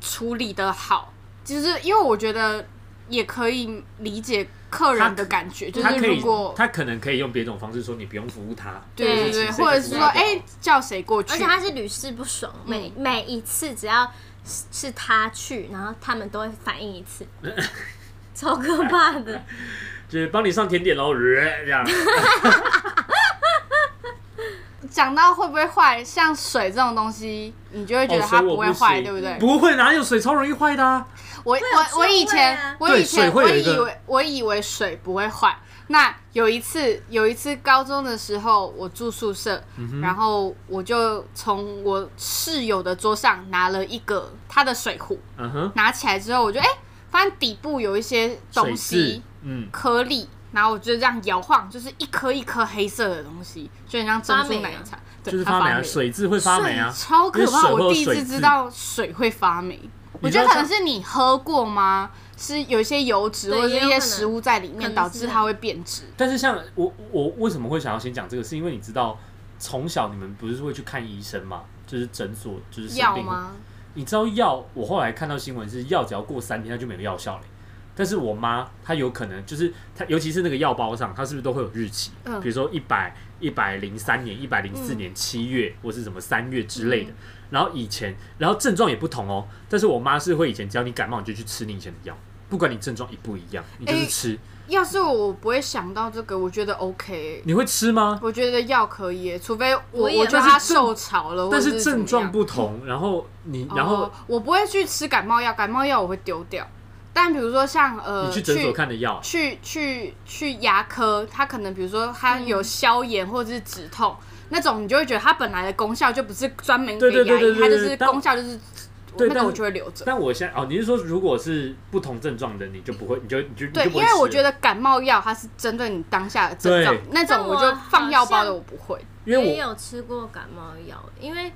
[SPEAKER 3] 处理的好，就是因为我觉得也可以理解客人的感觉，就
[SPEAKER 1] 他
[SPEAKER 3] 是
[SPEAKER 1] 可
[SPEAKER 3] 如
[SPEAKER 1] 以
[SPEAKER 3] 果，
[SPEAKER 1] 他可能可以用别种方式说你不用服务他，
[SPEAKER 3] 对
[SPEAKER 1] 就是
[SPEAKER 3] 对对，
[SPEAKER 1] 请谁
[SPEAKER 3] 或者
[SPEAKER 1] 服
[SPEAKER 3] 是
[SPEAKER 1] 务
[SPEAKER 3] 说
[SPEAKER 1] 他就好
[SPEAKER 3] 哎、叫谁过去，
[SPEAKER 2] 而且他是屡试不爽，每、
[SPEAKER 1] 嗯
[SPEAKER 2] 每一次只要是是他去，然后他们都会反应一次， 超可怕的。
[SPEAKER 1] 就是帮你上甜点喽，这 样。
[SPEAKER 3] 讲到会不会坏，像水这种东西，你就会觉得
[SPEAKER 1] 哦
[SPEAKER 3] 它
[SPEAKER 1] 水我
[SPEAKER 3] 不会
[SPEAKER 1] 行
[SPEAKER 3] 坏，对不对？
[SPEAKER 1] 不会，哪有水超容易坏的啊？
[SPEAKER 3] 我
[SPEAKER 2] 有臭
[SPEAKER 3] 我我以前
[SPEAKER 2] 味啊
[SPEAKER 3] 我
[SPEAKER 1] 对
[SPEAKER 3] 以
[SPEAKER 1] 水
[SPEAKER 3] 前
[SPEAKER 1] 会
[SPEAKER 3] 我
[SPEAKER 1] 有一
[SPEAKER 3] 以
[SPEAKER 1] 个
[SPEAKER 3] 为我以为水不会坏。那有一次有一次高中的时候，我住宿舍，
[SPEAKER 1] 嗯
[SPEAKER 3] 然后我就从我室友的桌上拿了一个他的水壶，
[SPEAKER 1] 嗯哼，
[SPEAKER 3] 拿起来之后我就哎、发现底部有一些
[SPEAKER 1] 水
[SPEAKER 3] 东
[SPEAKER 1] 质
[SPEAKER 3] 西，
[SPEAKER 1] 嗯，
[SPEAKER 3] 颗粒，然后我就这样摇晃，就是一颗一颗黑色的东西，就很像珍珠奶茶，对
[SPEAKER 1] 就是
[SPEAKER 3] 它
[SPEAKER 1] 发霉
[SPEAKER 3] 霉
[SPEAKER 1] 啊，
[SPEAKER 3] 了
[SPEAKER 1] 水质会发霉啊。
[SPEAKER 3] 超
[SPEAKER 1] 因为
[SPEAKER 3] 可怕！
[SPEAKER 1] 水会有
[SPEAKER 3] 我第一
[SPEAKER 1] 水
[SPEAKER 3] 次
[SPEAKER 1] 渍
[SPEAKER 3] 知道水会发霉，我
[SPEAKER 1] 你
[SPEAKER 3] 觉
[SPEAKER 1] 知道
[SPEAKER 3] 得可能
[SPEAKER 1] 像
[SPEAKER 3] 是你喝过吗？是有一些油脂
[SPEAKER 2] 对
[SPEAKER 3] 或者是
[SPEAKER 2] 也有
[SPEAKER 3] 一些
[SPEAKER 2] 可能
[SPEAKER 3] 食物在里
[SPEAKER 2] 可能
[SPEAKER 3] 面，
[SPEAKER 2] 是
[SPEAKER 3] 导致它会变质。
[SPEAKER 1] 但是像我，我为什么会想要先讲这个？是因为你知道，从小你们不是会去看医生嘛？就是诊所，就是生
[SPEAKER 3] 药
[SPEAKER 1] 病。
[SPEAKER 3] 吗？
[SPEAKER 1] 你知道药，我后来看到新闻是药，只要过三天它就没有药效了。但是我妈她有可能就是她，尤其是那个药包上，它是不是都会有日期？
[SPEAKER 3] 嗯
[SPEAKER 1] 比如说一百一百零三年、一百零四年七月，或是什么三月之
[SPEAKER 3] 嗯
[SPEAKER 1] 类的。然后以前，然后症状也不同哦。但是我妈是会以前只要你感冒，你就去吃你以前的药，不管你症状一不一样，你就是
[SPEAKER 3] 诶
[SPEAKER 1] 吃。
[SPEAKER 3] 要是我我不会想到这个，我觉得 OK，
[SPEAKER 1] 你会吃吗？
[SPEAKER 3] 我觉得药可以耶，除非我
[SPEAKER 2] 我也
[SPEAKER 3] 我觉得
[SPEAKER 2] 但是
[SPEAKER 3] 它
[SPEAKER 1] 症
[SPEAKER 3] 受潮了，
[SPEAKER 1] 但
[SPEAKER 3] 或者
[SPEAKER 1] 是
[SPEAKER 3] 是怎
[SPEAKER 1] 症
[SPEAKER 3] 么
[SPEAKER 1] 状
[SPEAKER 3] 样
[SPEAKER 1] 不同，然后你，然后
[SPEAKER 3] 哦我不会去吃感冒药，感冒药我会丢掉。但比如说像
[SPEAKER 1] 你
[SPEAKER 3] 呃，
[SPEAKER 1] 去诊所看的药，
[SPEAKER 3] 去去去牙科，它可能比如说它
[SPEAKER 1] 嗯
[SPEAKER 3] 有消炎或者是止痛、那种，你就会觉得它本来的功效就不是专门
[SPEAKER 1] 对
[SPEAKER 3] 给
[SPEAKER 1] 对对
[SPEAKER 3] 牙
[SPEAKER 1] 对
[SPEAKER 3] 医，它就
[SPEAKER 1] 对对
[SPEAKER 3] 是
[SPEAKER 1] 但
[SPEAKER 3] 功效就是
[SPEAKER 1] 对
[SPEAKER 3] 那
[SPEAKER 1] 但
[SPEAKER 3] 个我就会留着。
[SPEAKER 1] 但我现在哦，你是说如果是不同症状的，你就不会，你就你就
[SPEAKER 3] 对，
[SPEAKER 1] 你就不
[SPEAKER 3] 因
[SPEAKER 1] 会
[SPEAKER 3] 为我
[SPEAKER 1] 吃
[SPEAKER 3] 觉，得感冒药它是针对你当下的症状
[SPEAKER 1] 对，
[SPEAKER 3] 那
[SPEAKER 2] 但
[SPEAKER 3] 种
[SPEAKER 2] 我
[SPEAKER 3] 就放药包
[SPEAKER 2] 好
[SPEAKER 3] 的
[SPEAKER 2] 像
[SPEAKER 3] 我不会。。
[SPEAKER 1] 因为
[SPEAKER 2] 也
[SPEAKER 1] 我
[SPEAKER 2] 有吃过感冒药，因为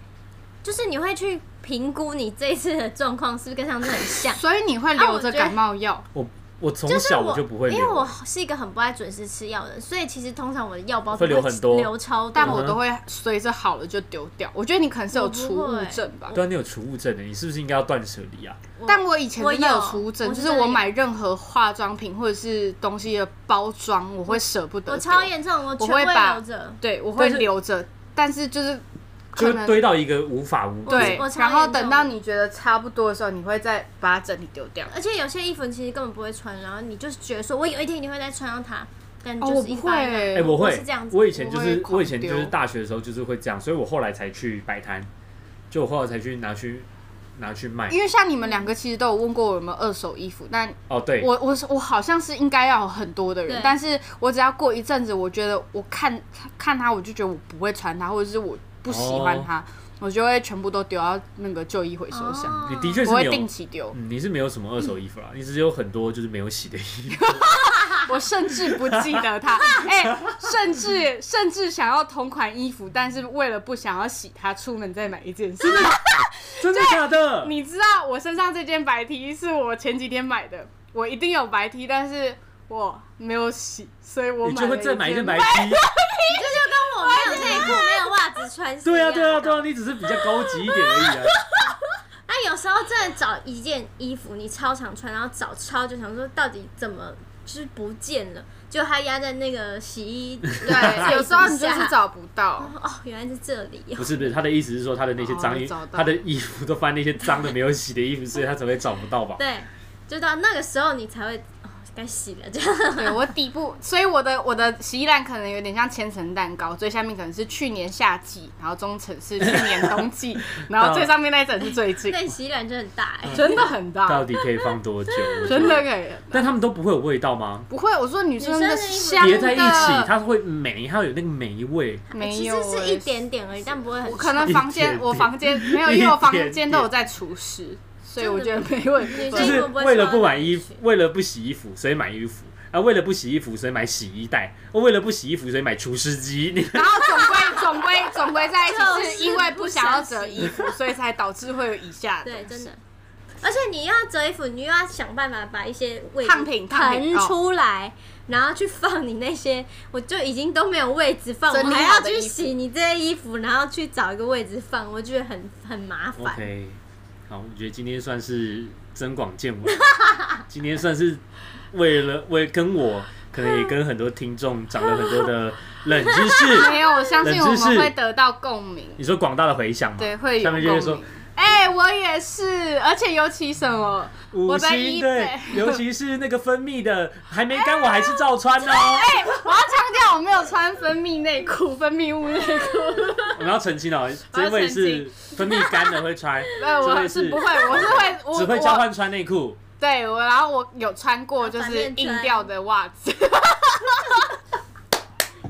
[SPEAKER 2] 就是你会去评估你这一次的状况是不是跟上次很像
[SPEAKER 3] 所以你会
[SPEAKER 2] 啊
[SPEAKER 3] 留
[SPEAKER 2] 我
[SPEAKER 3] 着
[SPEAKER 2] 觉得
[SPEAKER 3] 感冒药，
[SPEAKER 1] 我我 从
[SPEAKER 2] 就是
[SPEAKER 1] 小
[SPEAKER 2] 我
[SPEAKER 1] 就不会
[SPEAKER 2] 因
[SPEAKER 1] 留，
[SPEAKER 2] 为我是一个很不爱准时吃药的人，所以其实通常我的药包
[SPEAKER 1] 会留很多
[SPEAKER 2] 留超多。
[SPEAKER 3] 但
[SPEAKER 1] 嗯
[SPEAKER 3] 我都会随着好了就丢掉。我觉得你可能是有
[SPEAKER 2] 我不
[SPEAKER 3] 储物
[SPEAKER 2] 会
[SPEAKER 3] 症吧。
[SPEAKER 1] 对啊，你有储物症的，你是不是应该要断舍离啊？
[SPEAKER 2] 我
[SPEAKER 3] 但我以前真的
[SPEAKER 2] 我
[SPEAKER 3] 有
[SPEAKER 2] 有
[SPEAKER 3] 储物症，
[SPEAKER 2] 我
[SPEAKER 3] 就是是
[SPEAKER 2] 真的
[SPEAKER 3] 我
[SPEAKER 2] 有
[SPEAKER 3] 买任何化妆品或者是东西的包装，我会舍不得
[SPEAKER 2] 我
[SPEAKER 3] 丢。
[SPEAKER 2] 超严重，我全部
[SPEAKER 3] 会把
[SPEAKER 2] 留着。
[SPEAKER 3] 对，我会
[SPEAKER 1] 但是
[SPEAKER 3] 留着，但是就是
[SPEAKER 1] 就
[SPEAKER 3] 可
[SPEAKER 1] 会
[SPEAKER 3] 能
[SPEAKER 1] 堆到一个无法无天
[SPEAKER 3] 对
[SPEAKER 2] 我我，超
[SPEAKER 3] 然后
[SPEAKER 2] 严
[SPEAKER 3] 等
[SPEAKER 2] 重
[SPEAKER 3] 到你觉得差不多的时候，你会再把它整体丢掉。
[SPEAKER 2] 而且有些衣服你其实根本不会穿，然后你就是觉得说，我有一天一定会再穿上它，但
[SPEAKER 3] 哦，
[SPEAKER 2] 就是
[SPEAKER 3] 我不
[SPEAKER 2] 一
[SPEAKER 3] 会
[SPEAKER 2] 般人。
[SPEAKER 1] 哎、
[SPEAKER 3] 欸，
[SPEAKER 1] 我会，
[SPEAKER 2] 我是这样子
[SPEAKER 1] 我以前就
[SPEAKER 3] 我会
[SPEAKER 1] 是
[SPEAKER 3] 狂
[SPEAKER 1] 我以前就是
[SPEAKER 3] 丢
[SPEAKER 1] 大学的时候就是会这样，所以我后来才去摆摊，就我后来才去拿去拿去卖
[SPEAKER 3] 因。为像你们两个其实都有问过我有没有二手衣服，但
[SPEAKER 1] 哦，对，
[SPEAKER 3] 我我是我好像是应该要有很多的人
[SPEAKER 2] 对，
[SPEAKER 3] 但是我只要过一阵子，我觉得我看看它，我就觉得我不会穿它，或者是我不喜欢
[SPEAKER 1] 哦
[SPEAKER 3] 它，我就会全部都丢到那个旧衣回收箱，
[SPEAKER 2] 哦
[SPEAKER 1] 你的确
[SPEAKER 3] 我
[SPEAKER 1] 是没
[SPEAKER 3] 会
[SPEAKER 1] 有
[SPEAKER 3] 定期丢。
[SPEAKER 1] 嗯，你是没有什么二手衣服啦，你只有很多就是没有洗的衣服，
[SPEAKER 3] 我甚至不记得 它。哎、甚至甚至想要同款衣服，但是为了不想要洗它，出门再买一件新的。
[SPEAKER 1] 真的假的？
[SPEAKER 3] 你知道我身上这件白 T 是我前几天买的，我一定有白 T，但是我没有洗，所以我
[SPEAKER 1] 你
[SPEAKER 3] 买
[SPEAKER 1] 就会再买一件白 T。
[SPEAKER 2] 这就跟我没有内裤、没有袜子穿是一
[SPEAKER 1] 对
[SPEAKER 2] 样
[SPEAKER 1] 啊，
[SPEAKER 2] 的
[SPEAKER 1] 对啊，对啊，。你只是比较高级一点而已啊。
[SPEAKER 2] 那有时候真的找一件衣服，你超常穿，然后找超就想说到底怎么就是不见了，就它压在那个洗 衣
[SPEAKER 3] 对，有时候你就是找不到。
[SPEAKER 2] 哦，原来是这里 哦
[SPEAKER 1] 不是不是，他的意思是说他的那些脏衣
[SPEAKER 3] 哦找，到
[SPEAKER 1] 他的衣服都翻那些脏的没有洗的衣服，所以他才会找不到吧？
[SPEAKER 2] 对，就到那个时候你才会哦该洗了这样。
[SPEAKER 3] 对我底部，所以我的我的洗衣篮可能有点像千层蛋糕，最下面可能是去年夏季，然后中层是去年冬季，然后最上面那一层是 最近，
[SPEAKER 2] 那洗染就很大哎、
[SPEAKER 3] 真的很
[SPEAKER 1] 到
[SPEAKER 3] 大，
[SPEAKER 1] 底可以放多久？我觉得
[SPEAKER 3] 真的，可以。
[SPEAKER 1] 但他们都不会有味道吗？
[SPEAKER 3] 不会，我说女生
[SPEAKER 2] 女生的衣服
[SPEAKER 3] 香
[SPEAKER 1] 叠在一起，
[SPEAKER 3] 的，
[SPEAKER 1] 它会霉，它会有那个霉味。
[SPEAKER 3] 没
[SPEAKER 2] 其
[SPEAKER 3] 有
[SPEAKER 2] 实
[SPEAKER 3] 欸，
[SPEAKER 2] 是一点点而已，但不会很臭。
[SPEAKER 3] 我可能
[SPEAKER 1] 一
[SPEAKER 3] 房
[SPEAKER 1] 点
[SPEAKER 3] 间
[SPEAKER 1] 点
[SPEAKER 3] 我房间没有，
[SPEAKER 1] 一
[SPEAKER 3] 因为我房
[SPEAKER 1] 点点
[SPEAKER 3] 间都有在除湿，所以我觉得没问题。
[SPEAKER 2] 女
[SPEAKER 1] 就
[SPEAKER 2] 生
[SPEAKER 1] 是
[SPEAKER 2] 会不会
[SPEAKER 1] 为了
[SPEAKER 2] 穿
[SPEAKER 1] 不
[SPEAKER 2] 到
[SPEAKER 1] 买
[SPEAKER 2] 哪里
[SPEAKER 1] 衣服
[SPEAKER 2] 去，
[SPEAKER 1] 为了不洗衣服，所以买衣服。啊，为了不洗衣服，所以买洗衣袋；啊为了不洗衣服，所以买除湿机。你
[SPEAKER 3] 然后总归总归总归在一
[SPEAKER 2] 就
[SPEAKER 3] 起，是
[SPEAKER 2] 是
[SPEAKER 3] 因为
[SPEAKER 2] 不
[SPEAKER 3] 不想要
[SPEAKER 2] 想
[SPEAKER 3] 折
[SPEAKER 2] 洗
[SPEAKER 3] 衣服，所以才导致会有以下
[SPEAKER 2] 对，真
[SPEAKER 3] 的东西
[SPEAKER 2] 的。而且你要折衣服，你又要想办法把一些位置
[SPEAKER 3] 烫平烫平哦
[SPEAKER 2] 腾出来，然后去放你那些，我就已经都没有位置放，
[SPEAKER 3] 整
[SPEAKER 2] 我
[SPEAKER 3] 理
[SPEAKER 2] 还
[SPEAKER 3] 好
[SPEAKER 2] 要
[SPEAKER 3] 的
[SPEAKER 2] 去
[SPEAKER 3] 衣服
[SPEAKER 2] 洗你这些衣服，然后去找一个位置放，我觉得很很麻烦。
[SPEAKER 1] OK，好，我觉得今天算是增广见 闻，今天算是为了为跟我，可能也跟很多听众长了很多的冷知识。
[SPEAKER 3] 没有，我相信我
[SPEAKER 1] 冷知识
[SPEAKER 3] 们会得到共鸣。
[SPEAKER 1] 你说广大的回响嘛？
[SPEAKER 3] 对，会有
[SPEAKER 1] 下
[SPEAKER 3] 共
[SPEAKER 1] 面就会说
[SPEAKER 3] 鸣。哎、我也是，而且尤其什么，
[SPEAKER 1] 五
[SPEAKER 3] 我在
[SPEAKER 1] 星
[SPEAKER 3] 一
[SPEAKER 1] 对
[SPEAKER 3] 对，
[SPEAKER 1] 尤其是那个分泌的还没干，我还是照穿哦。
[SPEAKER 3] 哎、我要强调我没有穿分泌内裤、分泌物内裤，
[SPEAKER 1] 我们要澄清哦，这位是分泌干的会穿，
[SPEAKER 3] 对，
[SPEAKER 1] 这
[SPEAKER 3] 我
[SPEAKER 1] 位
[SPEAKER 3] 是不会，我是会，我
[SPEAKER 1] 只会交
[SPEAKER 3] 我
[SPEAKER 1] 换穿内裤。
[SPEAKER 3] 对我，然后我有穿
[SPEAKER 2] 啊
[SPEAKER 3] 过就是硬掉的袜子，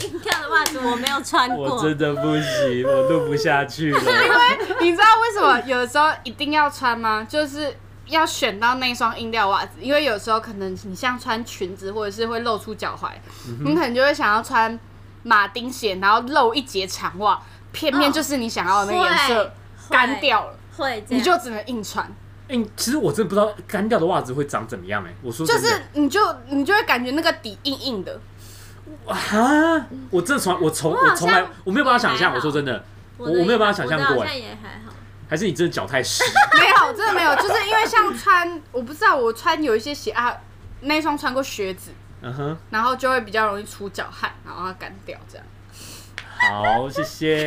[SPEAKER 2] 硬跳的袜子我没有穿
[SPEAKER 1] 我
[SPEAKER 2] 过，
[SPEAKER 1] 真的不行，我录不下去了。
[SPEAKER 3] 你知道为什么有时候一定要穿吗？就是。要选到那双硬掉袜子，因为有时候可能你像穿裙子或者是会露出脚踝，
[SPEAKER 1] 嗯
[SPEAKER 3] 你可能就会想要穿马丁鞋，然后露一截长袜，偏偏
[SPEAKER 2] 哦
[SPEAKER 3] 就是你想要的那个颜色
[SPEAKER 2] 会
[SPEAKER 3] 干掉了，
[SPEAKER 2] 会这
[SPEAKER 3] 你
[SPEAKER 2] 样，
[SPEAKER 3] 就只能硬穿，
[SPEAKER 1] 哎、其实我真的不知道干掉的袜子会长怎么样哎、我说
[SPEAKER 3] 就
[SPEAKER 1] 真的
[SPEAKER 3] 是你就你就会感觉那个底硬硬的，
[SPEAKER 1] 啊，我真的从来我从
[SPEAKER 2] 我好
[SPEAKER 1] 我从来
[SPEAKER 2] 像
[SPEAKER 1] 我没有办法想
[SPEAKER 2] 也
[SPEAKER 1] 象，
[SPEAKER 2] 还好
[SPEAKER 1] 我说真的，我
[SPEAKER 2] 的
[SPEAKER 1] 我没有办法想象
[SPEAKER 2] 我的
[SPEAKER 1] 过
[SPEAKER 2] 好
[SPEAKER 1] 哎、
[SPEAKER 2] 像也还好，
[SPEAKER 1] 还是你真的脚太 湿，
[SPEAKER 3] 没有，真的没有，就是因为像穿，我不知道我穿有一些鞋啊，那一双穿过靴子，
[SPEAKER 1] 嗯哼，
[SPEAKER 3] 然后就会比较容易出脚汗，然后它干掉这样。
[SPEAKER 1] 好，谢 谢，谢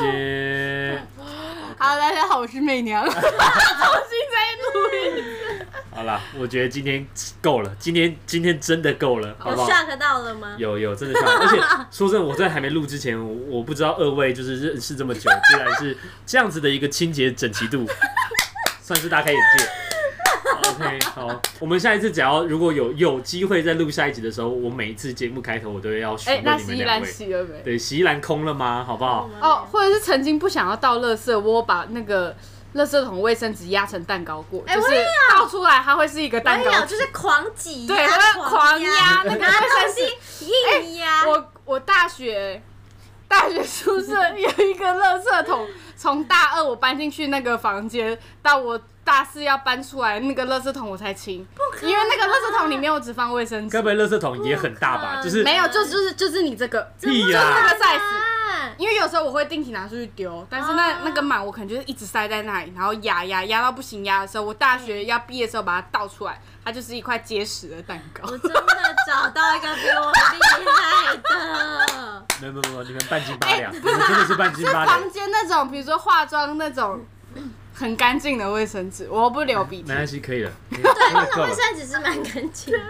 [SPEAKER 1] 谢，
[SPEAKER 3] 好，大家好，我是媚 娘，重新再录一次。
[SPEAKER 1] 好啦，我觉得今天够了，今天今天真的够了，好
[SPEAKER 2] 我
[SPEAKER 1] 不好？
[SPEAKER 2] shock 到了 吗？
[SPEAKER 1] 有有，真的吓到，而且说真的，我在还没录之前，我我不知道二位就是认识这么久，居然是这样子的一个清洁整齐 度，算是大开眼界。OK，好，我们下一次只要如果有有机会再录下一集的时候，我每一次节目开头我都要询
[SPEAKER 3] 哎、那
[SPEAKER 1] 问你
[SPEAKER 3] 洗
[SPEAKER 1] 们
[SPEAKER 3] 衣
[SPEAKER 1] 两
[SPEAKER 3] 篮
[SPEAKER 1] 位，
[SPEAKER 3] 洗了没？
[SPEAKER 1] 对，洗衣篮空了吗？好不好？
[SPEAKER 3] 哦，或者是曾经不想要倒垃圾，我有把那个垃圾桶卫生纸压成蛋糕过，
[SPEAKER 2] 哎
[SPEAKER 3] 就
[SPEAKER 2] 我
[SPEAKER 3] 是
[SPEAKER 2] 也
[SPEAKER 3] 倒出来它会是一个
[SPEAKER 2] 我
[SPEAKER 3] 蛋
[SPEAKER 2] 也
[SPEAKER 3] 糕
[SPEAKER 2] 有，就是狂挤压，
[SPEAKER 3] 对，我会狂
[SPEAKER 2] 压
[SPEAKER 3] 压那个
[SPEAKER 2] 拿
[SPEAKER 3] 卫
[SPEAKER 2] 东
[SPEAKER 3] 生纸。
[SPEAKER 2] 西硬压，
[SPEAKER 3] 哎我我大学大学宿舍有一个垃圾桶，从大二我搬进去那个房间到我大四要搬出来那个垃圾桶我才清，因为那个垃圾桶里面我只放卫生
[SPEAKER 1] 该
[SPEAKER 3] 纸，
[SPEAKER 1] 不会垃圾桶也很大吧？就是
[SPEAKER 3] 没有，就就是就是你这个，
[SPEAKER 1] 屁
[SPEAKER 3] 那
[SPEAKER 1] 啦，
[SPEAKER 3] 个 size。
[SPEAKER 2] 啊
[SPEAKER 3] 因为有时候我会定期拿出去丢，但是那、那个满我可能就是一直塞在那里，然后压压压到不行压的时候，我大学要毕业的时候把它倒出来，它就是一块结实的蛋糕。
[SPEAKER 2] 我真的找到一个比我厉害 的，
[SPEAKER 1] 没有没有没有，你们半斤八两，你们真的哎是半斤八两
[SPEAKER 3] 房。间那种，比如说化妆那种很干净的卫生纸，我不流鼻涕
[SPEAKER 1] 没。关系，可以了，真的够了
[SPEAKER 2] 卫。生纸是蛮干净的。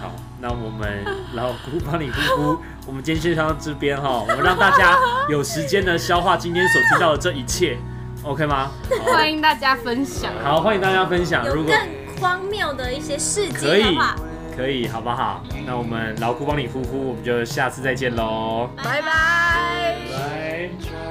[SPEAKER 1] 好，那我们老姑帮你姑姑， 我们今天先上到这边哈，我们让大家有时间呢消化今天所听到的这一切，OK 吗？
[SPEAKER 3] 欢迎大家分享，
[SPEAKER 1] 好，欢迎大家分享，
[SPEAKER 2] 有
[SPEAKER 1] 如果
[SPEAKER 2] 更荒谬的一些事迹
[SPEAKER 1] 可以
[SPEAKER 2] 的话，，
[SPEAKER 1] 可以，好不好？那我们老姑帮你呼呼，我们就下次再见喽，
[SPEAKER 3] 拜拜。
[SPEAKER 1] 拜。
[SPEAKER 4] try